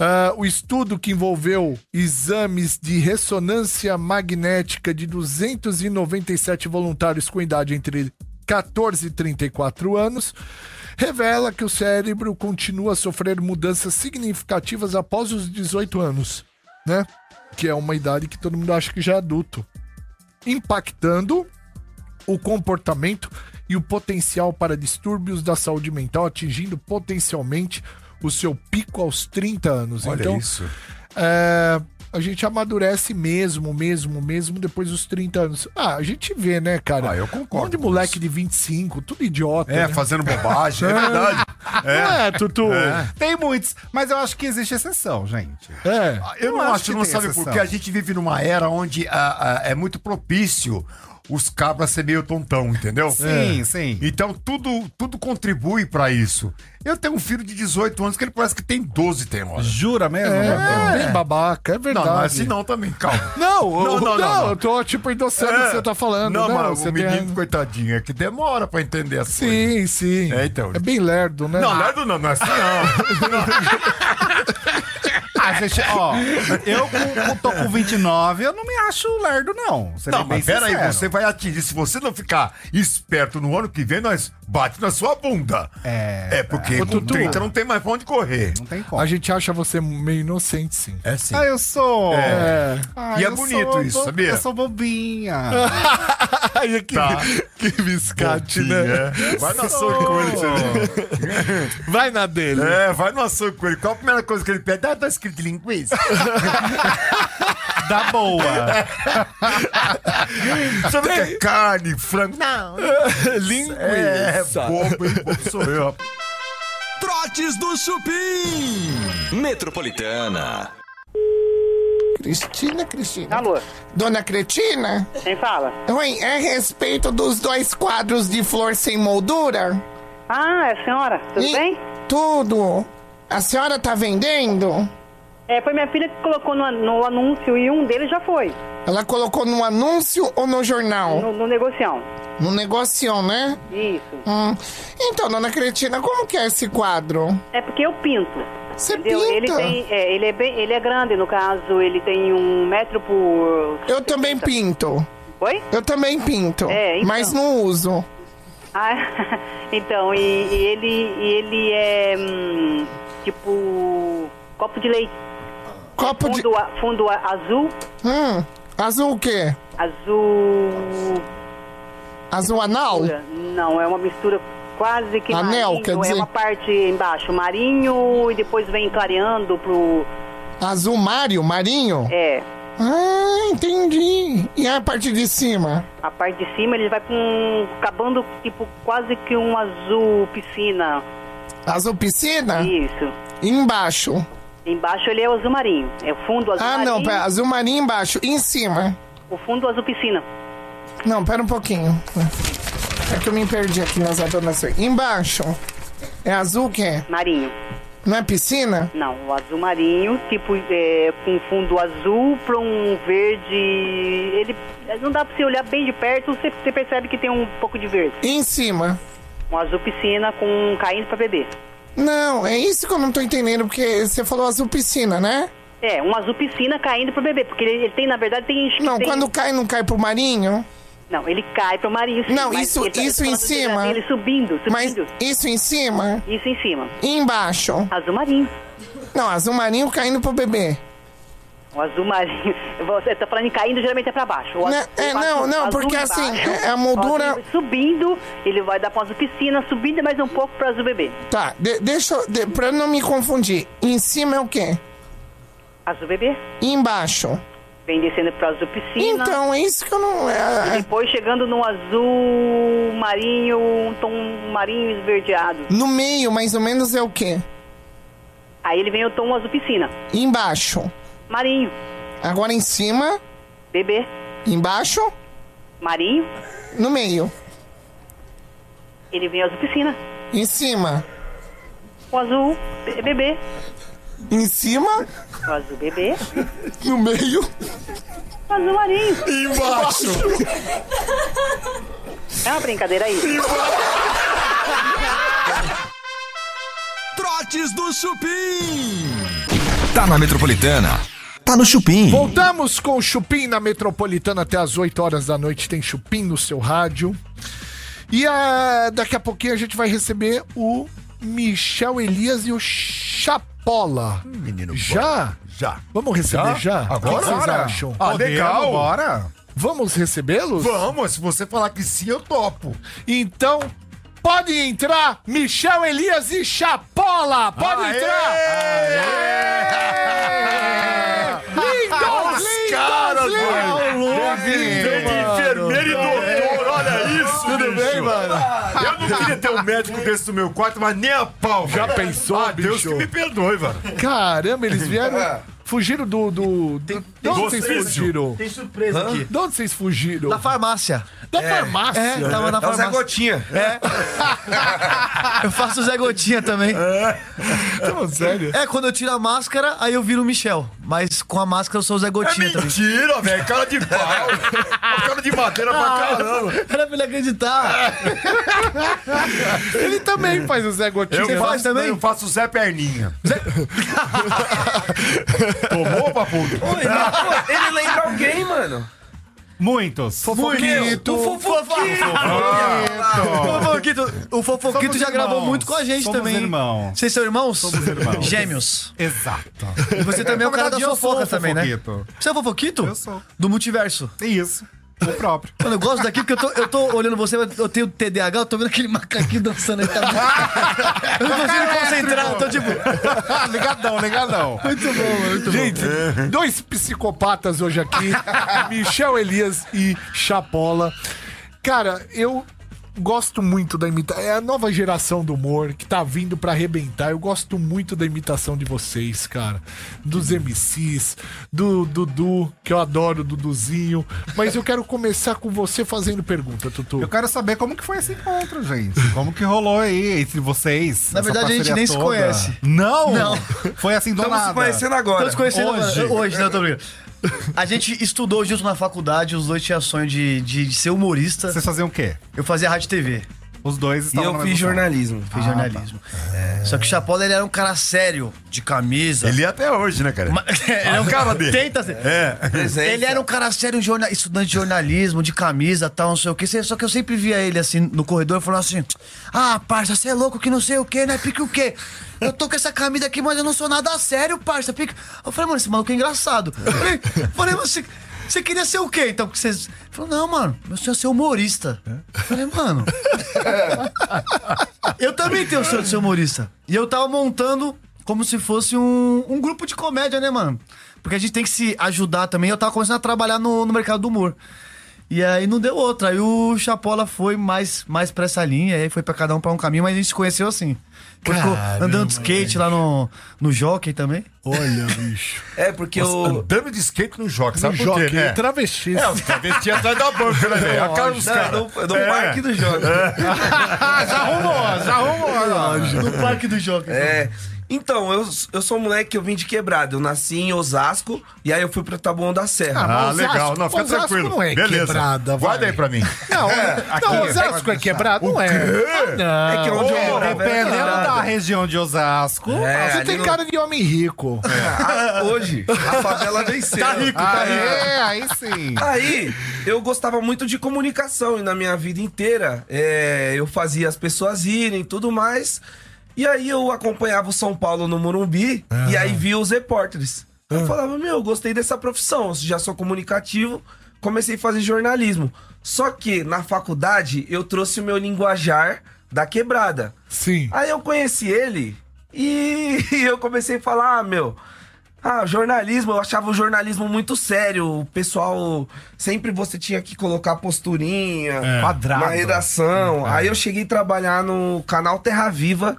[SPEAKER 3] Ah, o estudo que envolveu exames de ressonância magnética de 297 voluntários com idade entre 14 e 34 anos revela que o cérebro continua a sofrer mudanças significativas após os 18 anos né? Que é uma idade que todo mundo acha que já é adulto. Impactando o comportamento e o potencial para distúrbios da saúde mental, atingindo potencialmente o seu pico aos 30 anos.
[SPEAKER 4] Olha
[SPEAKER 3] então,
[SPEAKER 4] isso.
[SPEAKER 3] é, a gente amadurece mesmo, mesmo, mesmo depois dos 30 anos. Ah, a gente vê, né, cara?
[SPEAKER 4] Ah, eu concordo
[SPEAKER 3] Um monte de
[SPEAKER 4] com
[SPEAKER 3] moleque
[SPEAKER 4] isso.
[SPEAKER 3] de 25, tudo idiota.
[SPEAKER 4] É,
[SPEAKER 3] né?
[SPEAKER 4] fazendo bobagem, é verdade.
[SPEAKER 3] é. Tutu. É.
[SPEAKER 5] Tem muitos, mas eu acho que existe exceção, gente.
[SPEAKER 3] É.
[SPEAKER 4] Eu não, acho, não
[SPEAKER 5] tem
[SPEAKER 4] sabe
[SPEAKER 5] exceção.
[SPEAKER 4] por quê? A gente vive numa era onde ah, ah, é muito propício os cabras ser meio tontão, entendeu?
[SPEAKER 5] Sim, sim.
[SPEAKER 4] Então tudo, tudo contribui pra isso. Eu tenho um filho de 18 anos que ele parece que tem 12, tem hora.
[SPEAKER 5] Jura mesmo? Roberto?
[SPEAKER 3] Bem babaca, é
[SPEAKER 4] Não,
[SPEAKER 3] verdade.
[SPEAKER 4] não é assim não também, calma.
[SPEAKER 3] Não, eu-
[SPEAKER 4] Não,
[SPEAKER 3] não,
[SPEAKER 4] não, não, não. É.
[SPEAKER 3] eu tô tipo endossando o que você tá falando.
[SPEAKER 4] Não, mas
[SPEAKER 3] você
[SPEAKER 4] o
[SPEAKER 3] tem-
[SPEAKER 4] menino, coitadinho, é que demora pra entender as coisas.
[SPEAKER 3] Sim, sim.
[SPEAKER 4] É, então.
[SPEAKER 3] É bem lerdo, né?
[SPEAKER 4] Não, Leandro não, não é assim não.
[SPEAKER 5] Ah, gente, ó, eu com- com- tô com 29, eu não me acho lerdo, não. Serei
[SPEAKER 4] Não, mas
[SPEAKER 5] bem
[SPEAKER 4] peraí,
[SPEAKER 5] sincero.
[SPEAKER 4] você vai atingir. Se você não ficar esperto no ano que vem, nós bate na sua bunda.
[SPEAKER 5] É,
[SPEAKER 4] É, porque
[SPEAKER 3] Ô,
[SPEAKER 4] com
[SPEAKER 3] Dudu.
[SPEAKER 4] 30 não tem mais pra onde correr.
[SPEAKER 5] Não tem como.
[SPEAKER 3] A gente acha você meio inocente, sim.
[SPEAKER 4] É sim.
[SPEAKER 5] Ah, eu sou.
[SPEAKER 3] É.
[SPEAKER 5] Ah,
[SPEAKER 4] E é
[SPEAKER 5] eu
[SPEAKER 4] bonito
[SPEAKER 5] sou
[SPEAKER 4] isso,
[SPEAKER 5] bo-
[SPEAKER 4] sabia?
[SPEAKER 5] Eu sou bobinha.
[SPEAKER 3] Ai, que,
[SPEAKER 4] Tá.
[SPEAKER 3] que biscate, né?
[SPEAKER 4] É. Vai no açougue com ele, pra você ver.
[SPEAKER 3] Vai na dele.
[SPEAKER 4] É, vai no açougue com ele. Qual a primeira coisa que ele pede? Ah, dois quilos de linguiça.
[SPEAKER 5] da boa.
[SPEAKER 4] Você não quer carne, frango? Não.
[SPEAKER 3] Linguiça.
[SPEAKER 4] É, bobo, hein? bobo sou eu. rapaz.
[SPEAKER 1] Trotes do Chupim.
[SPEAKER 7] Metropolitana.
[SPEAKER 8] Cristina, Cristina.
[SPEAKER 6] Alô,
[SPEAKER 8] Dona Cretina?
[SPEAKER 6] quem fala?
[SPEAKER 8] Oi, é a respeito dos dois quadros de flor sem moldura?
[SPEAKER 6] Ah, é a senhora, tudo
[SPEAKER 8] E-
[SPEAKER 6] bem?
[SPEAKER 8] Tudo. A senhora tá vendendo?
[SPEAKER 6] É, foi minha filha que colocou no, an- no anúncio e um deles já foi,
[SPEAKER 8] Ela colocou no anúncio ou no jornal?
[SPEAKER 6] no, no negocião.
[SPEAKER 8] No negocião, né?
[SPEAKER 6] Isso.
[SPEAKER 8] Hum. Então, dona Cretina, como que é esse quadro?
[SPEAKER 6] É porque eu pinto.
[SPEAKER 8] Você
[SPEAKER 6] Entendeu? Ele
[SPEAKER 8] pinta?
[SPEAKER 6] tem. É, ele é bem. Ele é grande, no caso, ele tem um metro por.
[SPEAKER 8] Eu também pinto.
[SPEAKER 6] Oi?
[SPEAKER 8] Eu também pinto.
[SPEAKER 6] É, então.
[SPEAKER 8] Mas não uso.
[SPEAKER 6] Ah, então, e, e ele. e ele é hum, tipo. copo de leite.
[SPEAKER 8] Copo de.
[SPEAKER 6] Fundo, a- fundo a- azul.
[SPEAKER 8] Hum. Azul o quê?
[SPEAKER 6] Azul.
[SPEAKER 8] Azul anal?
[SPEAKER 6] Não, é uma mistura quase que
[SPEAKER 8] Anel,
[SPEAKER 6] marinho.
[SPEAKER 8] quer
[SPEAKER 6] É
[SPEAKER 8] dizer?
[SPEAKER 6] uma parte embaixo marinho e depois vem clareando pro...
[SPEAKER 8] Azul mário? Marinho?
[SPEAKER 6] É,
[SPEAKER 8] Ah, entendi. E a parte de cima?
[SPEAKER 6] a parte de cima ele vai com... Acabando tipo quase que um azul piscina.
[SPEAKER 8] Azul piscina?
[SPEAKER 6] Isso.
[SPEAKER 8] E embaixo.
[SPEAKER 6] Embaixo ele é o azul marinho. É o fundo azul
[SPEAKER 8] Ah, não,
[SPEAKER 6] marinho.
[SPEAKER 8] pera, azul marinho embaixo. E em cima?
[SPEAKER 6] O fundo azul piscina.
[SPEAKER 8] Não, pera um pouquinho. É que eu me perdi aqui nas adorações. Embaixo. É azul o quê?
[SPEAKER 6] Marinho.
[SPEAKER 8] Não é piscina?
[SPEAKER 6] Não, o azul marinho, tipo, é, com fundo azul pra um verde. Ele não dá pra você olhar bem de perto, você, você percebe que tem um pouco de verde.
[SPEAKER 8] E em cima?
[SPEAKER 6] Um azul piscina com caindo pra beber.
[SPEAKER 8] Não, é isso que eu não tô entendendo, porque você falou azul piscina, né?
[SPEAKER 6] É, um azul piscina caindo pro bebê, porque ele, ele tem, na verdade, tem.
[SPEAKER 8] Não,
[SPEAKER 6] tem-
[SPEAKER 8] quando cai, não cai pro marinho?
[SPEAKER 6] Não, ele cai pro marisco.
[SPEAKER 8] Não,
[SPEAKER 6] mas
[SPEAKER 8] isso-
[SPEAKER 6] ele tá- eu tô
[SPEAKER 8] isso em
[SPEAKER 6] falando dele,
[SPEAKER 8] cima.
[SPEAKER 6] Ele subindo,
[SPEAKER 8] Mas
[SPEAKER 6] subindo.
[SPEAKER 8] isso em cima
[SPEAKER 6] Isso em cima.
[SPEAKER 8] e embaixo.
[SPEAKER 6] Azul marinho.
[SPEAKER 8] Não, azul marinho caindo pro bebê.
[SPEAKER 6] O azul marinho. Você tá falando em caindo, geralmente é pra baixo. O
[SPEAKER 8] Não,
[SPEAKER 6] azul-
[SPEAKER 8] é,
[SPEAKER 6] o azul-
[SPEAKER 8] não, não,
[SPEAKER 6] o azul
[SPEAKER 8] porque
[SPEAKER 6] embaixo,
[SPEAKER 8] assim, é- a moldura-
[SPEAKER 6] o azul Subindo, ele vai dar pra azul piscina, subindo mais um pouco pra azul bebê.
[SPEAKER 8] Tá, de- deixa eu. De, pra eu não me confundir. Em cima é o quê?
[SPEAKER 6] Azul bebê.
[SPEAKER 8] E embaixo.
[SPEAKER 6] Vem descendo pro azul piscina.
[SPEAKER 8] Então, é isso que eu não. é- é-
[SPEAKER 6] Depois chegando no azul marinho, um tom marinho esverdeado.
[SPEAKER 8] no meio, mais ou menos, é o quê?
[SPEAKER 6] Aí ele vem o tom azul piscina.
[SPEAKER 8] E embaixo.
[SPEAKER 6] Marinho,
[SPEAKER 8] Agora em cima,
[SPEAKER 6] bebê,
[SPEAKER 8] embaixo,
[SPEAKER 6] marinho,
[SPEAKER 8] no meio.
[SPEAKER 6] ele vem azul piscina.
[SPEAKER 8] Em cima.
[SPEAKER 6] O azul be- bebê,
[SPEAKER 8] Em cima,
[SPEAKER 6] o azul bebê,
[SPEAKER 8] no meio.
[SPEAKER 6] o azul um marinho.
[SPEAKER 4] Embaixo.
[SPEAKER 6] É uma brincadeira aí.
[SPEAKER 1] Trotes do Chupim. Tá na Metropolitana. Tá no Chupim.
[SPEAKER 3] Voltamos com o Chupim na Metropolitana até as 8 horas da noite. Tem Chupim no seu rádio. E ah, daqui a pouquinho a gente vai receber o Michel Elias e o Chapola.
[SPEAKER 4] Menino
[SPEAKER 3] Já?
[SPEAKER 4] Já.
[SPEAKER 3] Vamos receber já? O que
[SPEAKER 4] Agora?
[SPEAKER 3] vocês acham?
[SPEAKER 4] Ah, legal.
[SPEAKER 5] Bora.
[SPEAKER 3] Vamos recebê-los?
[SPEAKER 4] Vamos, se você falar que sim, eu topo.
[SPEAKER 3] Então, pode entrar Michel Elias e Chapola! Pode
[SPEAKER 4] Aê!
[SPEAKER 3] entrar! Lindos,
[SPEAKER 4] Olha os caras,
[SPEAKER 3] lindos, é lindos!
[SPEAKER 4] mano. é Tem de enfermeira e doutor, olha isso, Tudo bem, mano? Eu não queria ter um médico desse no meu quarto, mas nem a pau. Já
[SPEAKER 3] pensou,
[SPEAKER 4] ah, Deus
[SPEAKER 3] bicho? É
[SPEAKER 4] que me É. perdoe, mano.
[SPEAKER 3] Caramba, eles vieram. Fugiram do. do, do de onde vocês
[SPEAKER 4] Hospício.
[SPEAKER 3] fugiram?
[SPEAKER 7] Tem surpresa aqui.
[SPEAKER 3] De onde vocês fugiram?
[SPEAKER 7] Da farmácia.
[SPEAKER 3] Da farmácia.
[SPEAKER 7] É, tava na
[SPEAKER 9] É o Zé
[SPEAKER 7] farmácia. É.
[SPEAKER 9] Gotinha.
[SPEAKER 7] Eu faço o Zé Gotinha também.
[SPEAKER 3] Não, sério.
[SPEAKER 7] É, quando eu tiro a máscara, aí eu viro o Michel. Mas com a máscara eu sou o Zé
[SPEAKER 4] É
[SPEAKER 7] Gotinha também.
[SPEAKER 4] mentira, velho. Cara de pau. Cara de madeira pra caramba.
[SPEAKER 7] Era pra ele acreditar.
[SPEAKER 3] Ele também faz o Zé Gotinha.
[SPEAKER 4] É. Eu
[SPEAKER 7] Você
[SPEAKER 4] faço,
[SPEAKER 7] faz também?
[SPEAKER 4] Eu faço o Zé Perninha. Tomou, papuga?
[SPEAKER 9] Ele lembra alguém, mano.
[SPEAKER 5] Muitos.
[SPEAKER 3] Fofoquito.
[SPEAKER 7] O Fofoquito. O Fofoquito, o Fofoquito
[SPEAKER 5] Somos
[SPEAKER 7] já gravou
[SPEAKER 5] irmãos.
[SPEAKER 7] muito com a gente
[SPEAKER 5] Somos
[SPEAKER 7] também.
[SPEAKER 5] irmão.
[SPEAKER 7] Vocês são irmãos?
[SPEAKER 5] irmãos.
[SPEAKER 7] Gêmeos.
[SPEAKER 5] Exato.
[SPEAKER 7] E você também é o
[SPEAKER 5] Na
[SPEAKER 7] cara da
[SPEAKER 5] verdade, eu sou
[SPEAKER 7] fofoca
[SPEAKER 5] o
[SPEAKER 7] também, né?
[SPEAKER 5] Fofoquito.
[SPEAKER 7] Você é o Fofoquito?
[SPEAKER 5] Eu sou.
[SPEAKER 7] Do multiverso.
[SPEAKER 5] Isso. O próprio.
[SPEAKER 7] Mano, eu gosto daqui porque eu tô, eu tô olhando você, mas eu tenho TDAH, eu tô vendo aquele macaquinho dançando aí. Tá... muito- Eu não consigo me concentrar, eu tô tipo.
[SPEAKER 5] ligadão, ligadão.
[SPEAKER 3] Gente,
[SPEAKER 4] É.
[SPEAKER 3] dois psicopatas hoje aqui, Michel Elias e Chapola. Cara, eu gosto muito da imitação. É a nova geração do humor que tá vindo pra arrebentar. Eu gosto muito da imitação de vocês, cara. Dos MCs, do Dudu, que eu adoro, o Duduzinho. Mas eu quero começar com você fazendo pergunta,
[SPEAKER 5] Eu
[SPEAKER 3] Tutu.
[SPEAKER 5] quero saber como que foi esse encontro, gente. Como que rolou aí entre vocês?
[SPEAKER 7] Na
[SPEAKER 5] essa
[SPEAKER 7] verdade, a gente
[SPEAKER 5] parceria
[SPEAKER 7] nem se conhece.
[SPEAKER 5] Não?
[SPEAKER 7] Não.
[SPEAKER 5] Foi assim do
[SPEAKER 9] Estamos
[SPEAKER 5] nada.
[SPEAKER 9] se conhecendo agora.
[SPEAKER 7] Tô se conhecendo
[SPEAKER 5] Hoje.
[SPEAKER 7] agora. Hoje, não, tô brincando. A gente estudou junto na faculdade, os dois tinham sonho de, de, de ser humorista.
[SPEAKER 5] Vocês faziam o quê?
[SPEAKER 7] Eu fazia rádio e TV, fiz
[SPEAKER 5] Os dois
[SPEAKER 9] E
[SPEAKER 5] estavam
[SPEAKER 9] eu
[SPEAKER 5] na
[SPEAKER 9] fiz
[SPEAKER 5] mesma sala.
[SPEAKER 9] jornalismo.
[SPEAKER 5] tá.
[SPEAKER 7] jornalismo. Só que o Chapola, ele era um cara sério, de camisa.
[SPEAKER 4] Ele é até hoje, né, cara?
[SPEAKER 7] Ma- Ele é um
[SPEAKER 4] cara dele.
[SPEAKER 7] Tenta ser.
[SPEAKER 9] Presença.
[SPEAKER 7] Ele era um cara sério, um jorna- estudante de jornalismo, de camisa, tal, não sei o que. Só que eu sempre via ele assim no corredor falando assim: Ah, parça, você é louco que não sei o que, né? Pique o quê? Eu tô com essa camisa aqui, mas eu não sou nada sério, parça. Pique. Eu falei, mano, esse maluco é engraçado. Falei, falei mas você, você queria ser o quê? Então, porque vocês. Ele falou, não, mano, meu sonho é ser humorista. Eu falei, mano. Eu também tenho o sonho de ser humorista. E eu tava montando como se fosse um, um grupo de comédia, né, mano? Porque a gente tem que se ajudar também. Eu tava começando a trabalhar no, no mercado do humor. E aí não deu outra. Aí o Chapola foi mais, mais pra essa linha, aí foi pra cada um pra um caminho, mas a gente se conheceu assim. Depois Ficou andando de skate lá no, no jockey também.
[SPEAKER 3] Olha, bicho.
[SPEAKER 9] É, porque eu.
[SPEAKER 4] Andando de skate no joque,
[SPEAKER 3] Tá
[SPEAKER 4] sabe por quê, né?
[SPEAKER 3] travesti.
[SPEAKER 4] É, os travestis atrás da banca, né, velho? A cara dos
[SPEAKER 9] Não,
[SPEAKER 4] caras.
[SPEAKER 9] no,
[SPEAKER 4] É.
[SPEAKER 9] no parque do jogo.
[SPEAKER 5] Ah, já É. arrumou, já arrumou.
[SPEAKER 7] No parque do jockey.
[SPEAKER 9] É. Então, eu, eu sou um moleque, eu vim de quebrado. Eu nasci em Osasco e aí eu fui pra Taboão da Serra.
[SPEAKER 4] Ah,
[SPEAKER 3] Osasco-
[SPEAKER 4] legal. Não, fica
[SPEAKER 3] Osasco
[SPEAKER 4] tranquilo.
[SPEAKER 3] não é
[SPEAKER 4] Beleza.
[SPEAKER 3] quebrada, vai.
[SPEAKER 4] Guarda aí pra mim.
[SPEAKER 3] Não, não, Osasco é quebrado, não é. Ah, Não.
[SPEAKER 9] É que onde eu morava era
[SPEAKER 5] Dependendo da
[SPEAKER 9] quebrado.
[SPEAKER 5] região de Osasco.
[SPEAKER 9] É,
[SPEAKER 3] Ah, Você
[SPEAKER 9] ali
[SPEAKER 3] tem
[SPEAKER 9] no-
[SPEAKER 3] cara de homem rico.
[SPEAKER 9] Ah, Hoje, a favela venceu. Tá rico,
[SPEAKER 5] Ah, é, aí sim.
[SPEAKER 9] Tá Aí, eu gostava muito de comunicação e na minha vida inteira é, eu fazia as pessoas irem e tudo mais. E aí eu acompanhava o São Paulo no Morumbi e aí via os repórteres. Eu falava, meu, eu gostei dessa profissão, eu já sou comunicativo, comecei a fazer jornalismo. Só que na faculdade eu trouxe o meu linguajar da quebrada.
[SPEAKER 3] Sim.
[SPEAKER 9] Aí eu conheci ele e eu comecei a falar, ah, meu. Ah, jornalismo, eu achava o jornalismo muito sério. O pessoal, sempre você tinha que colocar posturinha,
[SPEAKER 7] É.
[SPEAKER 5] Quadrado.
[SPEAKER 9] uma
[SPEAKER 3] É.
[SPEAKER 9] redação. Aí eu cheguei a trabalhar no canal Terra Viva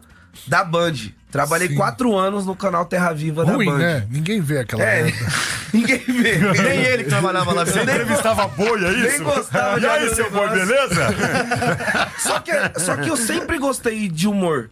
[SPEAKER 9] da Band. Trabalhei quatro anos no canal Terra Viva da
[SPEAKER 3] Ruim,
[SPEAKER 9] Band.
[SPEAKER 3] né? Ninguém vê aquela
[SPEAKER 9] É,
[SPEAKER 3] merda.
[SPEAKER 9] ninguém vê.
[SPEAKER 7] Nem ele que trabalhava lá.
[SPEAKER 4] Você entrevistava boi, é isso?
[SPEAKER 9] gostava
[SPEAKER 4] E
[SPEAKER 9] de
[SPEAKER 4] aí,
[SPEAKER 9] abrir o
[SPEAKER 4] seu boi,
[SPEAKER 9] negócio.
[SPEAKER 4] beleza?
[SPEAKER 9] Só que, só que eu sempre gostei de humor.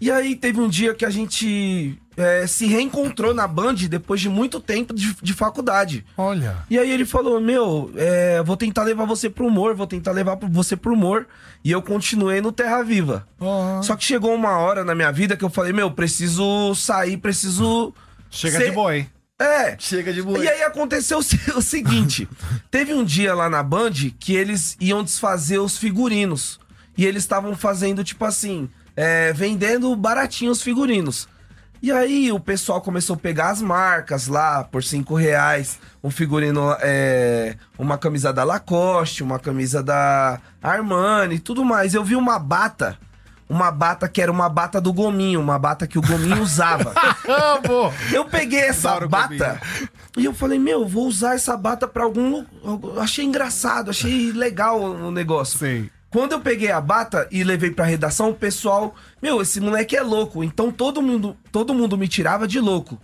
[SPEAKER 9] E aí teve um dia que a gente é, se reencontrou na Band depois de muito tempo de, de faculdade.
[SPEAKER 3] Olha.
[SPEAKER 9] E aí ele falou, meu, é, vou tentar levar você pro humor, vou tentar levar pro- você pro humor. E eu continuei no Terra Viva.
[SPEAKER 3] Ah.
[SPEAKER 9] Só que chegou uma hora na minha vida que eu falei, meu, preciso sair, preciso...
[SPEAKER 5] Chega
[SPEAKER 9] ser-
[SPEAKER 5] de boi.
[SPEAKER 9] É,
[SPEAKER 7] Chega de
[SPEAKER 9] e
[SPEAKER 7] boi.
[SPEAKER 9] aí aconteceu o se- o seguinte: teve um dia lá na Band que eles iam desfazer os figurinos. E eles estavam fazendo, tipo assim, é, vendendo baratinho os figurinos. E aí o pessoal começou a pegar as marcas lá por cinco reais. Um figurino, é, uma camisa da Lacoste, uma camisa da Armani e tudo mais. Eu vi uma bata. Uma bata que era uma bata do Gominho, uma bata que o Gominho usava.
[SPEAKER 5] Amo!
[SPEAKER 9] Eu peguei essa bata e eu falei, meu, vou usar essa bata pra algum. lu- algum- Achei engraçado, achei legal o o negócio.
[SPEAKER 5] Sei.
[SPEAKER 9] Quando eu peguei a bata e levei pra redação, o pessoal, meu, esse moleque é louco. Então todo mundo, todo mundo me tirava de louco.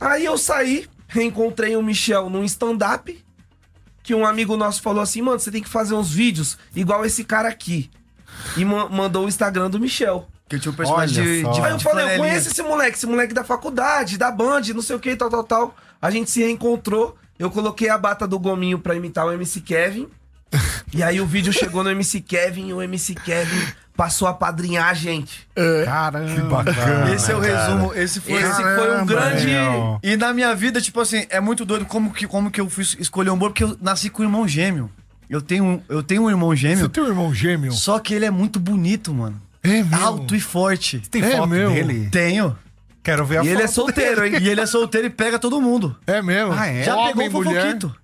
[SPEAKER 9] Aí eu saí, reencontrei o Michel num stand-up, que um amigo nosso falou assim, mano, você tem que fazer uns vídeos igual esse cara aqui. E ma- mandou o Instagram do Michel.
[SPEAKER 7] Que tinha um personagem
[SPEAKER 5] Olha
[SPEAKER 7] de,
[SPEAKER 5] só.
[SPEAKER 7] de,
[SPEAKER 9] Aí eu
[SPEAKER 7] de
[SPEAKER 9] falei, eu
[SPEAKER 7] flanelinha.
[SPEAKER 9] conheço esse moleque, esse moleque da faculdade, da Band, não sei o que, tal, tal, tal. A gente se reencontrou, eu coloquei a bata do gominho pra imitar o MC Kevin. E aí o vídeo chegou no MC Kevin, o MC Kevin passou a padrinhar a gente.
[SPEAKER 5] Caramba. Que bacana.
[SPEAKER 7] Esse é o resumo. Esse foi.
[SPEAKER 9] Esse foi um grande...
[SPEAKER 5] meu.
[SPEAKER 7] E na minha vida, tipo assim, é muito doido como que, como que eu fui escolher um humor, porque eu nasci com um irmão gêmeo. Eu tenho, um- eu tenho um irmão
[SPEAKER 3] Você
[SPEAKER 7] gêmeo,
[SPEAKER 3] tem um irmão gêmeo?
[SPEAKER 7] só que ele é muito bonito, mano.
[SPEAKER 3] É mesmo?
[SPEAKER 7] Alto e forte.
[SPEAKER 5] Tem
[SPEAKER 3] É
[SPEAKER 5] foto
[SPEAKER 3] meu.
[SPEAKER 5] dele?
[SPEAKER 7] Tenho.
[SPEAKER 5] Quero ver a
[SPEAKER 9] E ele é
[SPEAKER 5] foto.
[SPEAKER 9] solteiro, hein?
[SPEAKER 7] E ele é solteiro e pega todo mundo.
[SPEAKER 3] É mesmo?
[SPEAKER 5] Ah, é?
[SPEAKER 7] Já
[SPEAKER 3] Homem,
[SPEAKER 7] pegou o
[SPEAKER 3] mulher.
[SPEAKER 7] fofoquito.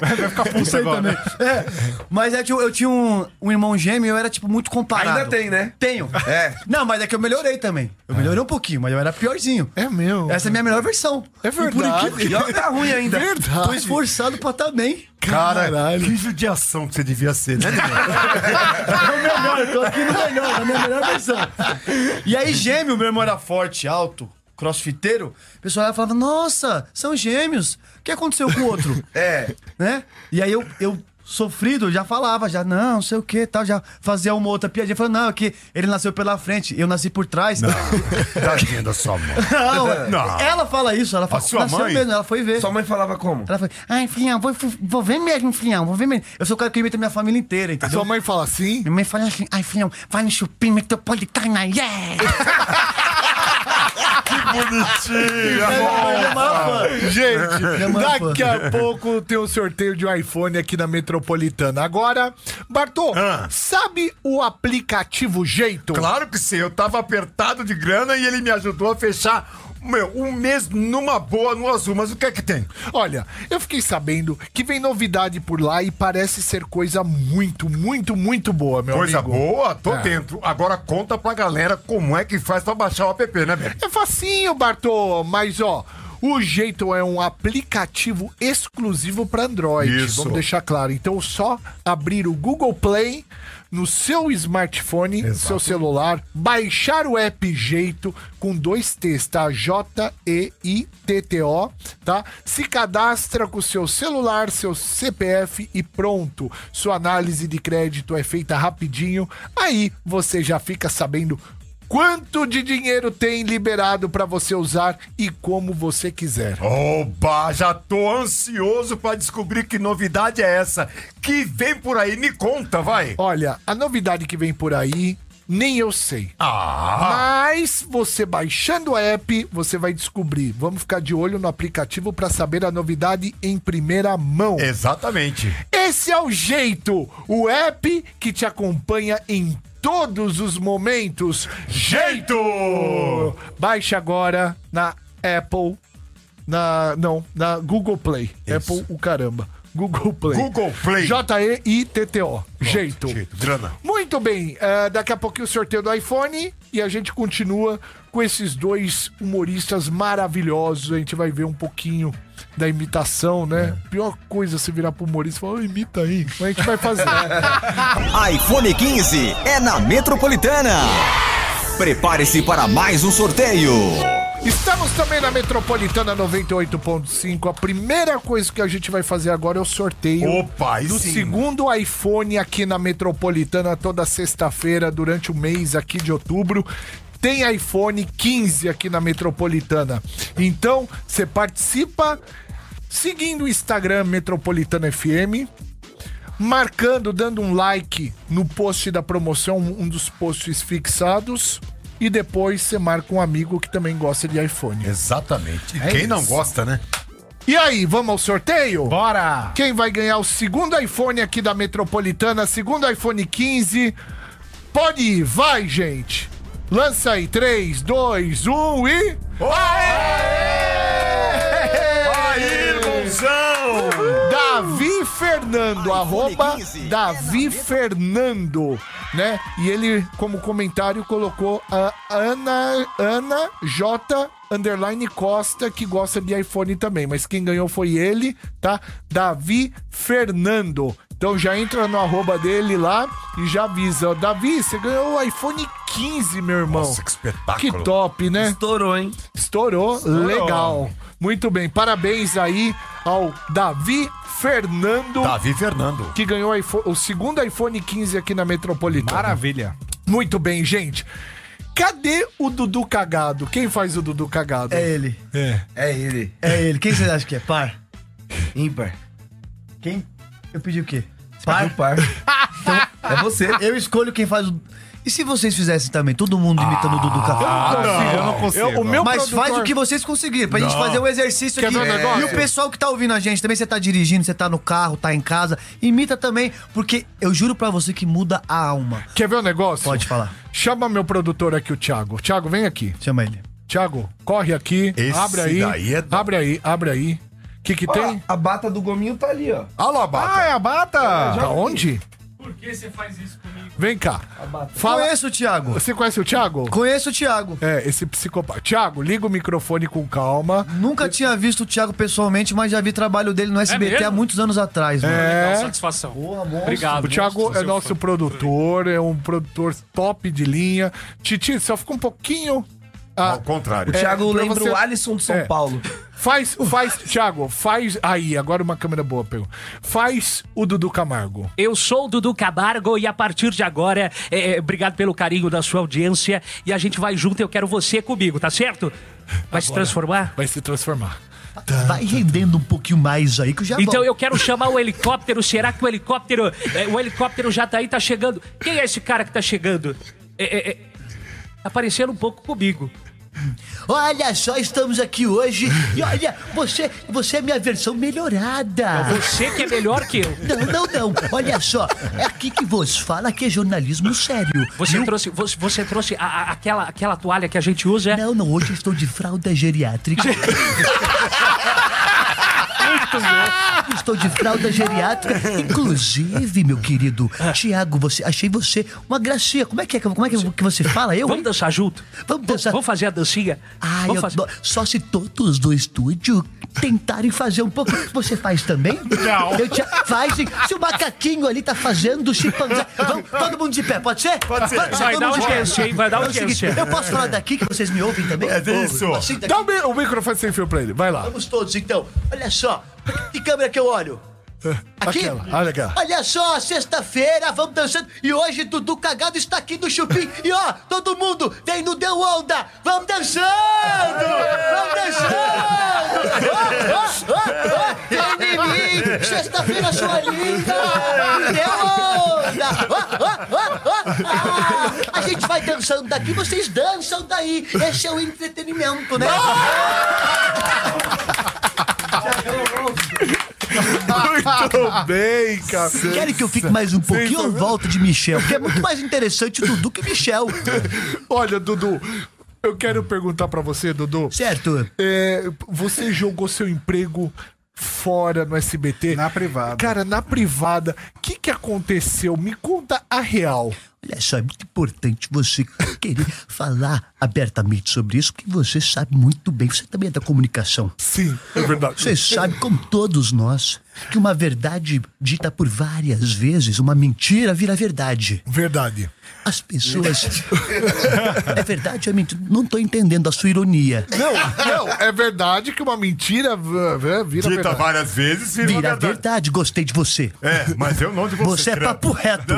[SPEAKER 5] Vai ficar puto agora.
[SPEAKER 7] É, mas é que eu, eu tinha um, um irmão gêmeo e eu era, tipo, muito comparado.
[SPEAKER 9] Ainda tem, né?
[SPEAKER 7] Tenho.
[SPEAKER 9] É.
[SPEAKER 7] Não, mas é que eu melhorei também. Eu melhorei um pouquinho, mas eu era piorzinho.
[SPEAKER 3] É meu.
[SPEAKER 7] Essa é a minha melhor versão.
[SPEAKER 3] É
[SPEAKER 7] E Por
[SPEAKER 3] verdade.
[SPEAKER 7] incrível
[SPEAKER 9] E olha, tá ruim ainda.
[SPEAKER 7] Tô
[SPEAKER 3] Verdade.
[SPEAKER 7] esforçado pra tá bem.
[SPEAKER 4] Cara,
[SPEAKER 3] Caralho.
[SPEAKER 4] que judiação que você devia ser, né? Nenê?
[SPEAKER 7] É o melhor, tô aqui no melhor, na minha melhor versão. E aí, gêmeo, meu irmão era forte, alto, crossfiteiro. O pessoal olhava e falava, nossa, são gêmeos. O que aconteceu com o outro?
[SPEAKER 9] É.
[SPEAKER 7] né? E aí eu, eu sofrido, já falava, já, não, não sei o que tal, já fazia uma outra piadinha. Falando, não, é que ele nasceu pela frente, eu nasci por trás. Não,
[SPEAKER 4] Tadinha da sua mãe.
[SPEAKER 9] é.
[SPEAKER 4] Não.
[SPEAKER 7] ela fala isso, ela fala,
[SPEAKER 4] sua
[SPEAKER 7] nasceu
[SPEAKER 4] mãe?
[SPEAKER 7] mesmo, ela foi ver.
[SPEAKER 9] Sua mãe falava como?
[SPEAKER 7] Ela foi, ai, filhão, vou, vou ver mesmo, filhão, vou ver mesmo. Eu sou o cara que imita minha família inteira, entendeu?
[SPEAKER 3] Sua mãe fala assim?
[SPEAKER 7] Minha mãe fala assim, ai, filhão, vai no chupim metropolitana, yeah!
[SPEAKER 4] Bonitinho,
[SPEAKER 7] Ela é maior fã.
[SPEAKER 3] Gente,
[SPEAKER 7] mãe é
[SPEAKER 3] daqui a pouco tem um sorteio de um iPhone aqui na Metropolitana. Agora, Bartô,
[SPEAKER 4] Ah.
[SPEAKER 3] sabe o aplicativo Jeito?
[SPEAKER 4] Claro que sim, eu tava apertado de grana e ele me ajudou a fechar meu, um mês numa boa no azul. Mas o que é que tem?
[SPEAKER 3] Olha, eu fiquei sabendo que vem novidade por lá e parece ser coisa muito, muito, muito boa, meu
[SPEAKER 4] Coisa
[SPEAKER 3] amigo.
[SPEAKER 4] boa, tô
[SPEAKER 3] É.
[SPEAKER 4] dentro. Agora conta pra galera como é que faz pra baixar o app, né, velho?
[SPEAKER 3] É facinho, Bartô, mas ó, O Jeito é um aplicativo exclusivo para Android.
[SPEAKER 4] Isso.
[SPEAKER 3] Vamos deixar claro. Então, só abrir o Google Play no seu smartphone, no seu celular, baixar o app Jeito com dois T's, tá? J-E-I-T-T-O, tá? Se cadastra com o seu celular, seu CPF e pronto. Sua análise de crédito é feita rapidinho. Aí você já fica sabendo Quanto de dinheiro tem liberado pra você usar e como você quiser?
[SPEAKER 4] Oba, já tô ansioso pra descobrir que novidade é essa. Que vem por aí, me conta, vai.
[SPEAKER 3] Olha, a novidade que vem por aí, nem eu sei.
[SPEAKER 4] Ah,
[SPEAKER 3] Mas você baixando o app, você vai descobrir. Vamos ficar de olho no aplicativo pra saber a novidade em primeira mão.
[SPEAKER 4] É. exatamente.
[SPEAKER 3] Esse é o jeito, o app que te acompanha em todos os momentos.
[SPEAKER 4] Jeito!
[SPEAKER 3] Baixe agora na Apple. Na. Não, na Google Play. Apple, o caramba. Google Play.
[SPEAKER 4] Google Play.
[SPEAKER 3] J-E-I-T-T-O. Jeito.
[SPEAKER 4] Jeito, grana.
[SPEAKER 3] Muito bem. eh, daqui a pouquinho o sorteio do iPhone e a gente continua com esses dois humoristas maravilhosos. A gente vai ver um pouquinho da imitação, né? Pior coisa se virar pro humorista e falar, "Ô, imita aí. Mas a gente vai fazer.
[SPEAKER 1] iPhone 15 é na Metropolitana. Prepare-se para mais um sorteio.
[SPEAKER 3] Estamos também na Metropolitana 98.5. A primeira coisa que a gente vai fazer agora é o sorteio
[SPEAKER 4] Opa, aí
[SPEAKER 3] do
[SPEAKER 4] sim.
[SPEAKER 3] segundo iPhone aqui na Metropolitana toda sexta-feira durante o mês aqui de outubro. Tem iPhone 15 aqui na Metropolitana. Então, você participa seguindo o Instagram Metropolitana FM, marcando, dando um like no post da promoção, um dos posts fixados. E depois você marca um amigo que também gosta de iPhone. É
[SPEAKER 4] Exatamente. E quem não gosta, né?
[SPEAKER 3] E aí, vamos ao sorteio?
[SPEAKER 5] Bora!
[SPEAKER 3] Quem vai ganhar o segundo iPhone aqui da Metropolitana, segundo iPhone 15. Pode ir, vai, gente. Lança aí, 3, 2, 1 e...
[SPEAKER 4] Aê, irmãozão!
[SPEAKER 3] Davi Fernando, arroba
[SPEAKER 1] 15,
[SPEAKER 4] É
[SPEAKER 3] Davi Fernando, né? E ele, como comentário, colocou a Ana, Ana J. Underline Costa, que gosta de iPhone também. Mas quem ganhou foi ele, tá? Davi Fernando. Então já entra no arroba dele lá e já avisa. ó, Davi, você ganhou o iPhone 15, meu irmão.
[SPEAKER 4] Nossa, que espetáculo.
[SPEAKER 3] que top, né?
[SPEAKER 9] Estourou, hein?
[SPEAKER 3] Estourou. Legal. Muito bem. Parabéns aí ao Davi Fernando,
[SPEAKER 4] Davi Fernando.
[SPEAKER 3] que ganhou o iPhone- o segundo iPhone 15 aqui na Metropolitana.
[SPEAKER 5] Maravilha.
[SPEAKER 3] Muito bem, gente. Cadê o Dudu Cagado? Quem faz o Dudu Cagado?
[SPEAKER 7] É ele.
[SPEAKER 9] É ele.
[SPEAKER 7] É ele. Quem vocês acham que é? Par?
[SPEAKER 9] Ímpar.
[SPEAKER 7] Quem? Eu pedi o quê?
[SPEAKER 9] Par.
[SPEAKER 7] Par?
[SPEAKER 9] par. é você.
[SPEAKER 7] Eu escolho quem faz o. E se vocês fizessem também? Todo mundo imitando o Dudu Café.
[SPEAKER 5] Não, Ah, eu não consigo.
[SPEAKER 3] Eu- o meu
[SPEAKER 7] Mas
[SPEAKER 3] produtor-
[SPEAKER 7] faz o que vocês conseguirem, pra gente fazer um exercício
[SPEAKER 3] Quer
[SPEAKER 7] aqui.
[SPEAKER 3] ver um negócio?
[SPEAKER 7] E o pessoal que tá ouvindo a gente também, você tá dirigindo, você tá no carro, tá em casa, imita também, porque eu juro pra você que muda a alma.
[SPEAKER 3] Quer ver o negócio?
[SPEAKER 7] Pode falar.
[SPEAKER 3] Chama meu produtor aqui, o Thiago. Thiago, vem aqui.
[SPEAKER 7] Chama ele.
[SPEAKER 3] Thiago, corre aqui.
[SPEAKER 4] Esse
[SPEAKER 3] abre aí.
[SPEAKER 4] daí é do-
[SPEAKER 3] abre aí, abre aí. O que que tem?
[SPEAKER 9] Ó, a bata do gominho tá ali, ó.
[SPEAKER 4] Alô,
[SPEAKER 3] Ah,
[SPEAKER 4] Abaca.
[SPEAKER 3] é
[SPEAKER 5] Ai, a bata!
[SPEAKER 3] Pra onde? Por que você faz isso comigo? Vem cá. Fala.
[SPEAKER 7] Conheço o Thiago.
[SPEAKER 3] Você conhece o Thiago?
[SPEAKER 7] Conheço o Thiago.
[SPEAKER 3] É, esse psicopata. Thiago, liga o microfone com calma.
[SPEAKER 7] Nunca tinha visto o Thiago pessoalmente, mas já vi trabalho dele no SBT há muitos anos atrás, mano.
[SPEAKER 3] É.
[SPEAKER 10] satisfação. Obrigado.
[SPEAKER 3] O Thiago é nosso produtor, é um produtor top de linha. Titi, só fica um pouquinho. Ah,
[SPEAKER 4] Ao contrário.
[SPEAKER 9] O Thiago
[SPEAKER 3] pra
[SPEAKER 9] lembra
[SPEAKER 3] você-
[SPEAKER 9] o Alisson do São
[SPEAKER 3] É.
[SPEAKER 9] Paulo.
[SPEAKER 3] faz, faz, Thiago, faz. Aí, agora uma câmera boa, pegou. Faz o Dudu Camargo.
[SPEAKER 10] Eu sou o Dudu Camargo e a partir de agora, é, é, obrigado pelo carinho da sua audiência e a gente vai junto. Eu quero você comigo, tá certo? Vai se transformar?
[SPEAKER 3] Vai se transformar.
[SPEAKER 7] Vai rendendo um pouquinho mais aí que
[SPEAKER 3] Tá
[SPEAKER 7] eu já
[SPEAKER 10] Então
[SPEAKER 7] volto.
[SPEAKER 10] eu quero chamar o helicóptero. Será que o helicóptero. é, o helicóptero já tá aí, tá chegando. Quem é esse cara que tá chegando? É, é, é, tá parecendo um pouco comigo.
[SPEAKER 7] Olha só, estamos aqui hoje e olha, você, você é minha versão
[SPEAKER 3] Tá.
[SPEAKER 7] melhorada.
[SPEAKER 10] Você que é melhor que eu.
[SPEAKER 7] Não, não, não. Olha só, é aqui que vos fala que é jornalismo sério.
[SPEAKER 10] Você trouxe, você, você trouxe a- a- aquela, aquela toalha que a gente usa. é?
[SPEAKER 7] Não, não, hoje eu estou de fralda geriátrica.
[SPEAKER 11] Estou de fralda geriátrica. Inclusive, meu querido Tiago, você, achei você uma gracinha. Como é que é, como é que, que você fala? Eu? hein?
[SPEAKER 10] Vamos dançar junto?
[SPEAKER 11] Vamos dançar.
[SPEAKER 10] Vamos fazer a dancinha?
[SPEAKER 11] Ah,
[SPEAKER 10] Vamos
[SPEAKER 11] eu
[SPEAKER 10] fazer-
[SPEAKER 11] adoro. Só se todos do estúdio tentarem fazer um pouco. Você faz também? Não. Eu te... Faz. sim. Se o macaquinho ali tá fazendo o chimpanzé. Vamos, todo mundo de pé, pode ser? Pode
[SPEAKER 9] Tá
[SPEAKER 11] ser.
[SPEAKER 10] Vai
[SPEAKER 11] todo
[SPEAKER 4] um
[SPEAKER 10] dar
[SPEAKER 11] mundo de pé.
[SPEAKER 10] audiência, hein? Vai dar um
[SPEAKER 11] É o seguinte,
[SPEAKER 10] audiência.
[SPEAKER 11] eu posso falar daqui que vocês me ouvem também? É
[SPEAKER 4] isso.
[SPEAKER 11] Assim, daqui,
[SPEAKER 3] Dá o, mi- o microfone sem fio pra ele, vai lá.
[SPEAKER 11] vamos todos, então. Olha só. Que câmera que eu olho? Aqui?
[SPEAKER 3] Aquela, ah, olha aquela.
[SPEAKER 11] Olha só, sexta-feira, vamos dançando. E hoje Dudu Cagado está aqui no Chupim. E ó, todo mundo, vem no Deu Onda. Vamos dançando! Vamos dançando! Ó, ó, ó, ó, vem em mim! Sexta-feira, sua linda! Me Deu Onda! Ó, ó, ó, ó, ah, a gente vai dançando daqui, vocês dançam daí. Esse é o entretenimento, né?
[SPEAKER 3] Muito bem, cara.
[SPEAKER 11] Querem que eu fique mais um pouquinho ou volto de Michel? Porque é muito mais interessante o Dudu que o Michel.
[SPEAKER 3] Olha, Dudu, eu quero perguntar pra você, Dudu.
[SPEAKER 11] Certo?
[SPEAKER 3] É, você jogou seu emprego fora no SBT?
[SPEAKER 5] Na privada.
[SPEAKER 3] Cara, na privada, o que, que aconteceu? Me conta a real.
[SPEAKER 11] Olha só, é muito importante você querer falar abertamente sobre isso, porque você sabe muito bem, você também é da comunicação.
[SPEAKER 3] Sim, é verdade.
[SPEAKER 11] Você sabe, como todos nós, que uma verdade dita por várias vezes, uma mentira vira verdade.
[SPEAKER 3] Verdade.
[SPEAKER 11] As pessoas. é verdade, é mentira. Não estou entendendo a sua ironia.
[SPEAKER 3] Não, não, é verdade que uma mentira v- v- vira
[SPEAKER 4] Dita
[SPEAKER 3] verdade.
[SPEAKER 4] várias vezes, vira,
[SPEAKER 11] Vira
[SPEAKER 4] verdade.
[SPEAKER 11] verdade, gostei de você.
[SPEAKER 4] É, mas eu não de você.
[SPEAKER 11] Você é
[SPEAKER 4] credo.
[SPEAKER 11] papo reto.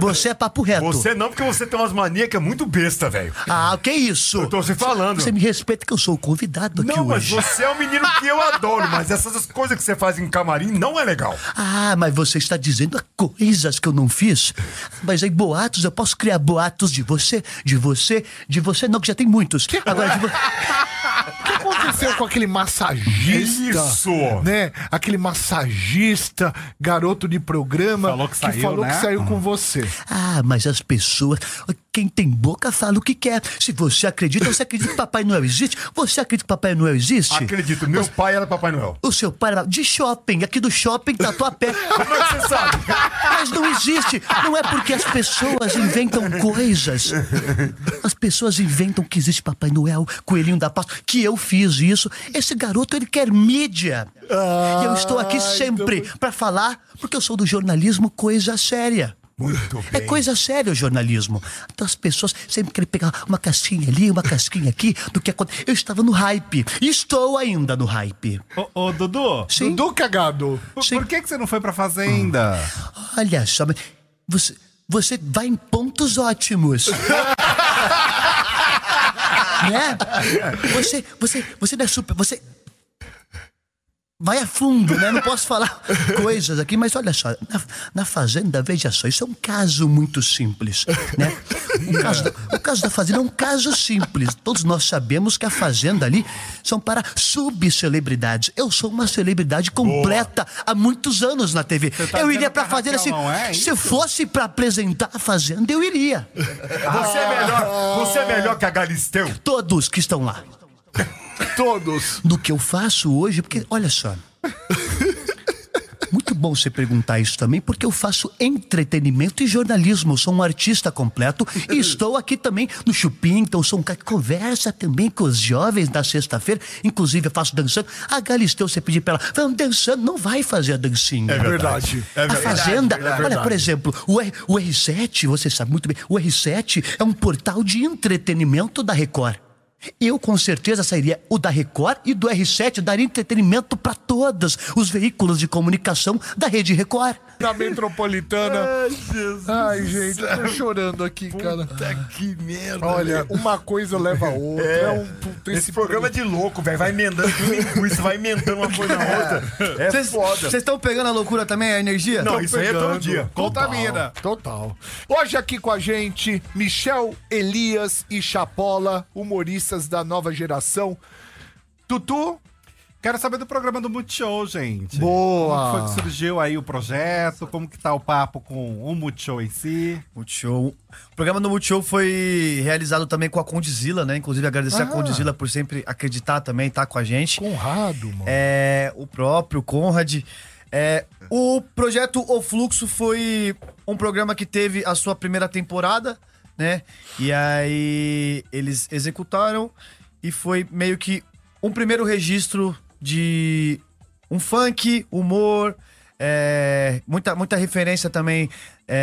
[SPEAKER 11] Você é papo reto.
[SPEAKER 4] Você não, porque você tem umas manias que é muito besta, velho.
[SPEAKER 11] Ah, o que é isso?
[SPEAKER 4] Eu tô se falando.
[SPEAKER 11] Você me respeita que eu sou o convidado aqui
[SPEAKER 4] Não, mas
[SPEAKER 11] hoje.
[SPEAKER 4] você é um menino que eu adoro, mas essas coisas que você faz em camarim não é legal.
[SPEAKER 11] Ah, mas você está dizendo coisas que eu não fiz. Mas aí, boatos, eu posso criar boatos de você, de você, de você, não, que já tem muitos. Agora, de vo-
[SPEAKER 3] O que aconteceu com aquele massagista?
[SPEAKER 4] Isso.
[SPEAKER 3] Né? Aquele massagista, garoto de programa,
[SPEAKER 5] Falou que saiu,
[SPEAKER 3] falou
[SPEAKER 5] né?
[SPEAKER 3] que saiu com você.
[SPEAKER 11] Ah, mas as pessoas. Quem tem boca fala o que quer. Se você acredita, você acredita que Papai Noel existe? Você acredita que Papai Noel existe?
[SPEAKER 4] Acredito, meu pai era Papai Noel.
[SPEAKER 11] O seu pai era de shopping, aqui do shopping Tatuapé.
[SPEAKER 4] Como é que você sabe?
[SPEAKER 11] Mas não existe. Não é porque as pessoas inventam coisas. As pessoas inventam que existe Papai Noel, Coelhinho da Páscoa, que eu fiz isso. Esse garoto, ele quer mídia. e eu estou aqui sempre pra para falar, porque eu sou do jornalismo coisa séria.
[SPEAKER 4] Muito
[SPEAKER 11] É coisa séria o jornalismo. Então as pessoas sempre querem pegar uma casquinha ali, uma casquinha aqui, do que acontece. Eu estava no hype. e Estou ainda no hype.
[SPEAKER 5] Ô, ô, Dudu,
[SPEAKER 11] Sim.
[SPEAKER 3] Dudu cagado.
[SPEAKER 5] por,
[SPEAKER 11] Sim.
[SPEAKER 5] por que, que você não foi pra fazenda?
[SPEAKER 11] Olha só, mas você, você vai em pontos ótimos. né? Você, você, você não é super, você vai a fundo, né? Não posso falar coisas aqui, mas olha só, na, na fazenda, veja só, isso é um caso muito simples, né? O caso, da, o caso da fazenda é um caso simples. Todos nós sabemos que a fazenda ali são para subcelebridades. Eu sou uma celebridade completa há muitos anos na TV.
[SPEAKER 5] tá
[SPEAKER 11] eu
[SPEAKER 5] dizendo
[SPEAKER 11] iria pra
[SPEAKER 5] que a
[SPEAKER 11] fazenda assim,
[SPEAKER 5] Raquel não é
[SPEAKER 11] se eu fosse pra apresentar a fazenda, eu iria.
[SPEAKER 4] Você é melhor, você é melhor que a Galisteu.
[SPEAKER 11] Todos que estão lá.
[SPEAKER 3] Todos.
[SPEAKER 11] do que eu faço hoje, porque olha só. Muito bom você perguntar isso também, porque eu faço entretenimento e jornalismo. Eu sou um artista completo e estou aqui também no Chupim, então eu sou um cara que conversa também com os jovens da sexta-feira. Inclusive, eu faço dançando. A Galisteu, você pedir pra ela, vamos dançando, não vai fazer a dancinha.
[SPEAKER 3] verdade.
[SPEAKER 4] É
[SPEAKER 11] a
[SPEAKER 4] verdade.
[SPEAKER 11] Fazenda, olha,
[SPEAKER 3] verdade.
[SPEAKER 11] por exemplo, o, R, o R7, você sabe muito bem, o R7 é um portal de entretenimento da Record. Eu com certeza sairia o da Record e do R7 daria entretenimento para todos os veículos de comunicação da rede Record.
[SPEAKER 3] Da metropolitana. Ai, gente, tô chorando aqui, cara.
[SPEAKER 4] Que merda.
[SPEAKER 3] Olha, uma coisa leva a outra. É um puta
[SPEAKER 4] É. Esse programa é de louco, velho. Vai emendando um com linguiça, vai emendando uma coisa na outra. É foda.
[SPEAKER 11] estão pegando a loucura também, a energia?
[SPEAKER 4] Não, isso aí é todo dia.
[SPEAKER 3] Contamina. Total. Hoje aqui com a gente, Michel Elias e Chapola, humoristas da nova geração. Tutu,
[SPEAKER 5] Quero saber do programa do Multishow, gente.
[SPEAKER 3] Boa.
[SPEAKER 5] Como foi que surgiu aí o projeto? Como que tá o papo com o Multishow em si?
[SPEAKER 7] Multishow. O programa do Multishow foi realizado também com a Condizila, né? Inclusive,
[SPEAKER 5] Ah.
[SPEAKER 7] agradecer a Condizila por sempre acreditar também, estar com a gente.
[SPEAKER 3] Conrado, mano.
[SPEAKER 7] É, o próprio Conrad. É, o projeto O Fluxo foi um programa que teve a sua primeira temporada, né? E aí eles executaram e foi meio que um primeiro registro de um funk, humor, é, muita, muita referência também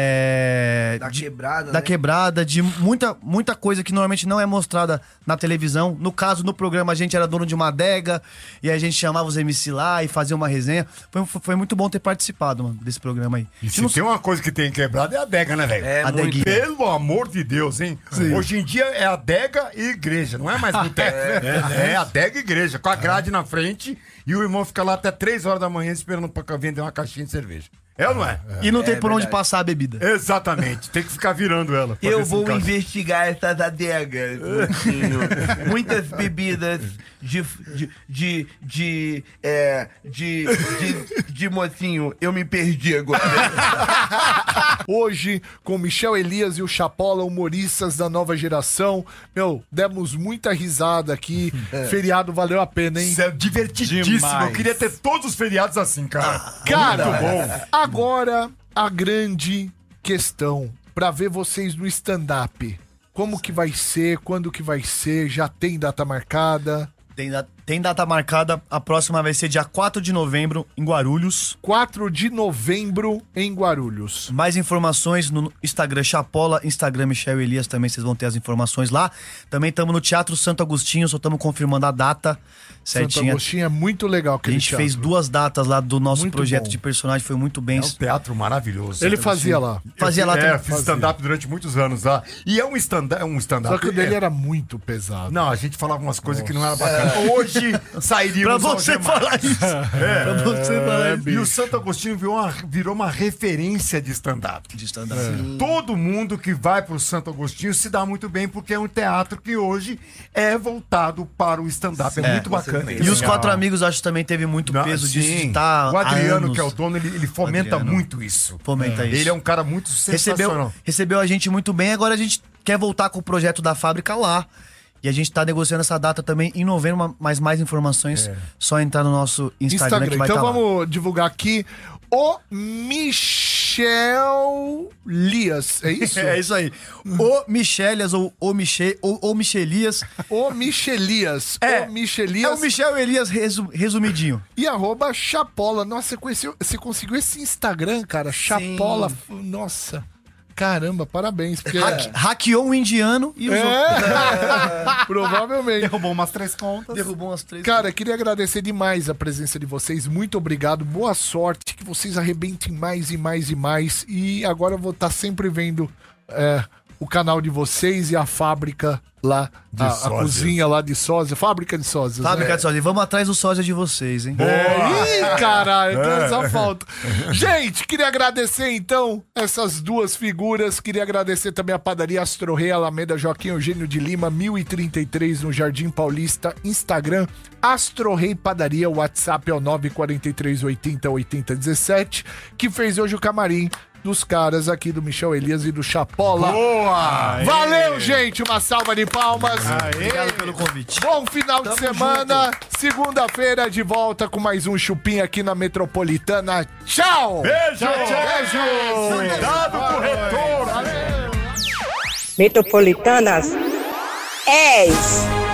[SPEAKER 7] é,
[SPEAKER 9] Da
[SPEAKER 7] de-
[SPEAKER 9] quebrada,
[SPEAKER 7] da
[SPEAKER 9] né?
[SPEAKER 7] quebrada, de muita, muita coisa que normalmente não é mostrada na televisão. No caso, no programa, a gente era dono de uma adega e a gente chamava os MC lá e fazia uma resenha. Foi, foi muito bom ter participado, mano, desse programa aí.
[SPEAKER 4] E se tem uma coisa que tem quebrado é a adega, né, velho?
[SPEAKER 9] É,
[SPEAKER 7] A
[SPEAKER 9] muito.
[SPEAKER 7] Deguinha.
[SPEAKER 4] Pelo amor de Deus, hein? Hoje em dia é adega e igreja, não é mais boteco, né? É, adega e igreja, com a grade na frente e o irmão fica lá até 3 horas da manhã esperando pra vender uma caixinha de cerveja. É ou não é?
[SPEAKER 7] E não tem por onde
[SPEAKER 9] verdade.
[SPEAKER 7] passar a bebida.
[SPEAKER 4] Exatamente, tem que ficar virando ela. pra ver
[SPEAKER 9] Eu
[SPEAKER 4] se
[SPEAKER 9] vou
[SPEAKER 4] encaixa.
[SPEAKER 9] investigar essas adegas. Luquinho. Muitas bebidas de. de. de. de, é, de, de, de mocinho. Eu me perdi agora.
[SPEAKER 3] Hoje, com Michel Elias e o Chapola, humoristas da nova geração. Meu, demos muita risada aqui. Feriado valeu a pena, hein?
[SPEAKER 4] Isso é divertidíssimo.
[SPEAKER 5] Demais.
[SPEAKER 4] Eu queria ter todos os feriados assim, cara.
[SPEAKER 3] Cara,
[SPEAKER 4] Muito bom.
[SPEAKER 3] Agora, a grande questão pra ver vocês no stand-up. Como que vai ser? Quando que vai ser? Já tem data marcada?
[SPEAKER 7] Tem, da- tem data marcada, a próxima vai ser dia 4 de novembro, em Guarulhos.
[SPEAKER 3] 4 de novembro em Guarulhos.
[SPEAKER 7] Mais informações no Instagram Chapola, Instagram Michel Elias também, vocês vão ter as informações lá. Também estamos no Teatro Santo Agostinho, só estamos confirmando a data
[SPEAKER 3] Santo
[SPEAKER 7] certinha.
[SPEAKER 3] Agostinho é muito legal
[SPEAKER 7] A
[SPEAKER 3] aquele
[SPEAKER 7] gente
[SPEAKER 3] teatro.
[SPEAKER 7] fez duas datas lá do nosso
[SPEAKER 3] Muito
[SPEAKER 7] projeto
[SPEAKER 3] bom.
[SPEAKER 7] de personagem, foi muito bem.
[SPEAKER 4] É um teatro maravilhoso.
[SPEAKER 3] Ele fazia lá.
[SPEAKER 7] Fazia lá
[SPEAKER 4] É,
[SPEAKER 7] também.
[SPEAKER 4] fiz stand-up durante muitos anos lá. E é um stand-up. É um stand
[SPEAKER 3] Só que o dele era muito pesado.
[SPEAKER 4] Não, a gente falava umas coisas que não era
[SPEAKER 7] É.
[SPEAKER 4] bacana. Hoje um sairíamos algemados.
[SPEAKER 7] isso. Pra você falar isso.
[SPEAKER 4] É. E o Santo Agostinho virou uma, virou uma referência de stand-up. É.
[SPEAKER 7] De stand-up.
[SPEAKER 4] Todo mundo que vai pro Santo Agostinho se dá muito bem, porque é um teatro que hoje é voltado para o stand-up. É, muito bacana
[SPEAKER 7] E
[SPEAKER 4] isso.
[SPEAKER 7] os quatro amigos, acho que também teve muito
[SPEAKER 4] Não,
[SPEAKER 7] peso disso de
[SPEAKER 4] sim.
[SPEAKER 7] estar.
[SPEAKER 4] O
[SPEAKER 7] há
[SPEAKER 4] Adriano,
[SPEAKER 7] anos.
[SPEAKER 4] que é o dono, ele, ele fomenta
[SPEAKER 7] Adriano.
[SPEAKER 4] muito isso.
[SPEAKER 7] Fomenta isso.
[SPEAKER 4] Ele é um cara muito
[SPEAKER 7] recebeu,
[SPEAKER 4] sensacional.
[SPEAKER 7] recebeu a gente muito bem, agora a gente quer voltar com o projeto da fábrica lá. E a gente tá negociando essa data também em novembro, mas mais informações
[SPEAKER 4] É.
[SPEAKER 7] só entrar no nosso Instagram,
[SPEAKER 3] Instagram.
[SPEAKER 7] que vai
[SPEAKER 3] Então
[SPEAKER 7] tá lá.
[SPEAKER 3] vamos divulgar aqui o Michel Lias. É isso?
[SPEAKER 7] É isso aí. O Michelias ou o Michel ou o Michelias.
[SPEAKER 3] O Michelias.
[SPEAKER 7] É.
[SPEAKER 3] O Michelias.
[SPEAKER 7] É o Michel Elias resu- resumidinho.
[SPEAKER 3] E arroba Chapola. Nossa, você, conheceu- você conseguiu esse Instagram, cara? Chapola. F- Nossa. Caramba, parabéns. Porque...
[SPEAKER 7] Hack- hackeou um indiano e usou.
[SPEAKER 3] É. Provavelmente.
[SPEAKER 5] Derrubou umas três contas.
[SPEAKER 7] Derrubou umas três.
[SPEAKER 3] Cara, queria agradecer demais a presença de vocês. Muito obrigado. Boa sorte. Que vocês arrebentem mais e mais e mais. E agora eu vou estar sempre vendo é, o canal de vocês e a fábrica lá. a- a,
[SPEAKER 4] sósias.
[SPEAKER 3] cozinha lá de sósia. Fábrica de sósias.
[SPEAKER 7] Sabe,
[SPEAKER 3] né?
[SPEAKER 7] é. Sósia, vamos atrás do sósia de vocês, hein?
[SPEAKER 3] É, Ih, caralho, então essa falta. Gente, queria agradecer então essas duas figuras. Queria agradecer também a padaria Astro Rei, Alameda Joaquim Eugênio de Lima, 1033 no Jardim Paulista. Instagram, Astro Rei Padaria. O WhatsApp é o 943 80 80 17, que fez hoje o camarim dos caras aqui do Michel Elias e do Chapola.
[SPEAKER 4] Boa!
[SPEAKER 3] Valeu, gente! Uma salva de palmas.
[SPEAKER 7] Obrigado pelo convite.
[SPEAKER 3] Bom final de semana. Segunda-feira de volta com mais um chupim aqui na Metropolitana. Tchau!
[SPEAKER 4] Beijo! Beijo! Cuidado com o retorno!
[SPEAKER 12] Metropolitanas 10.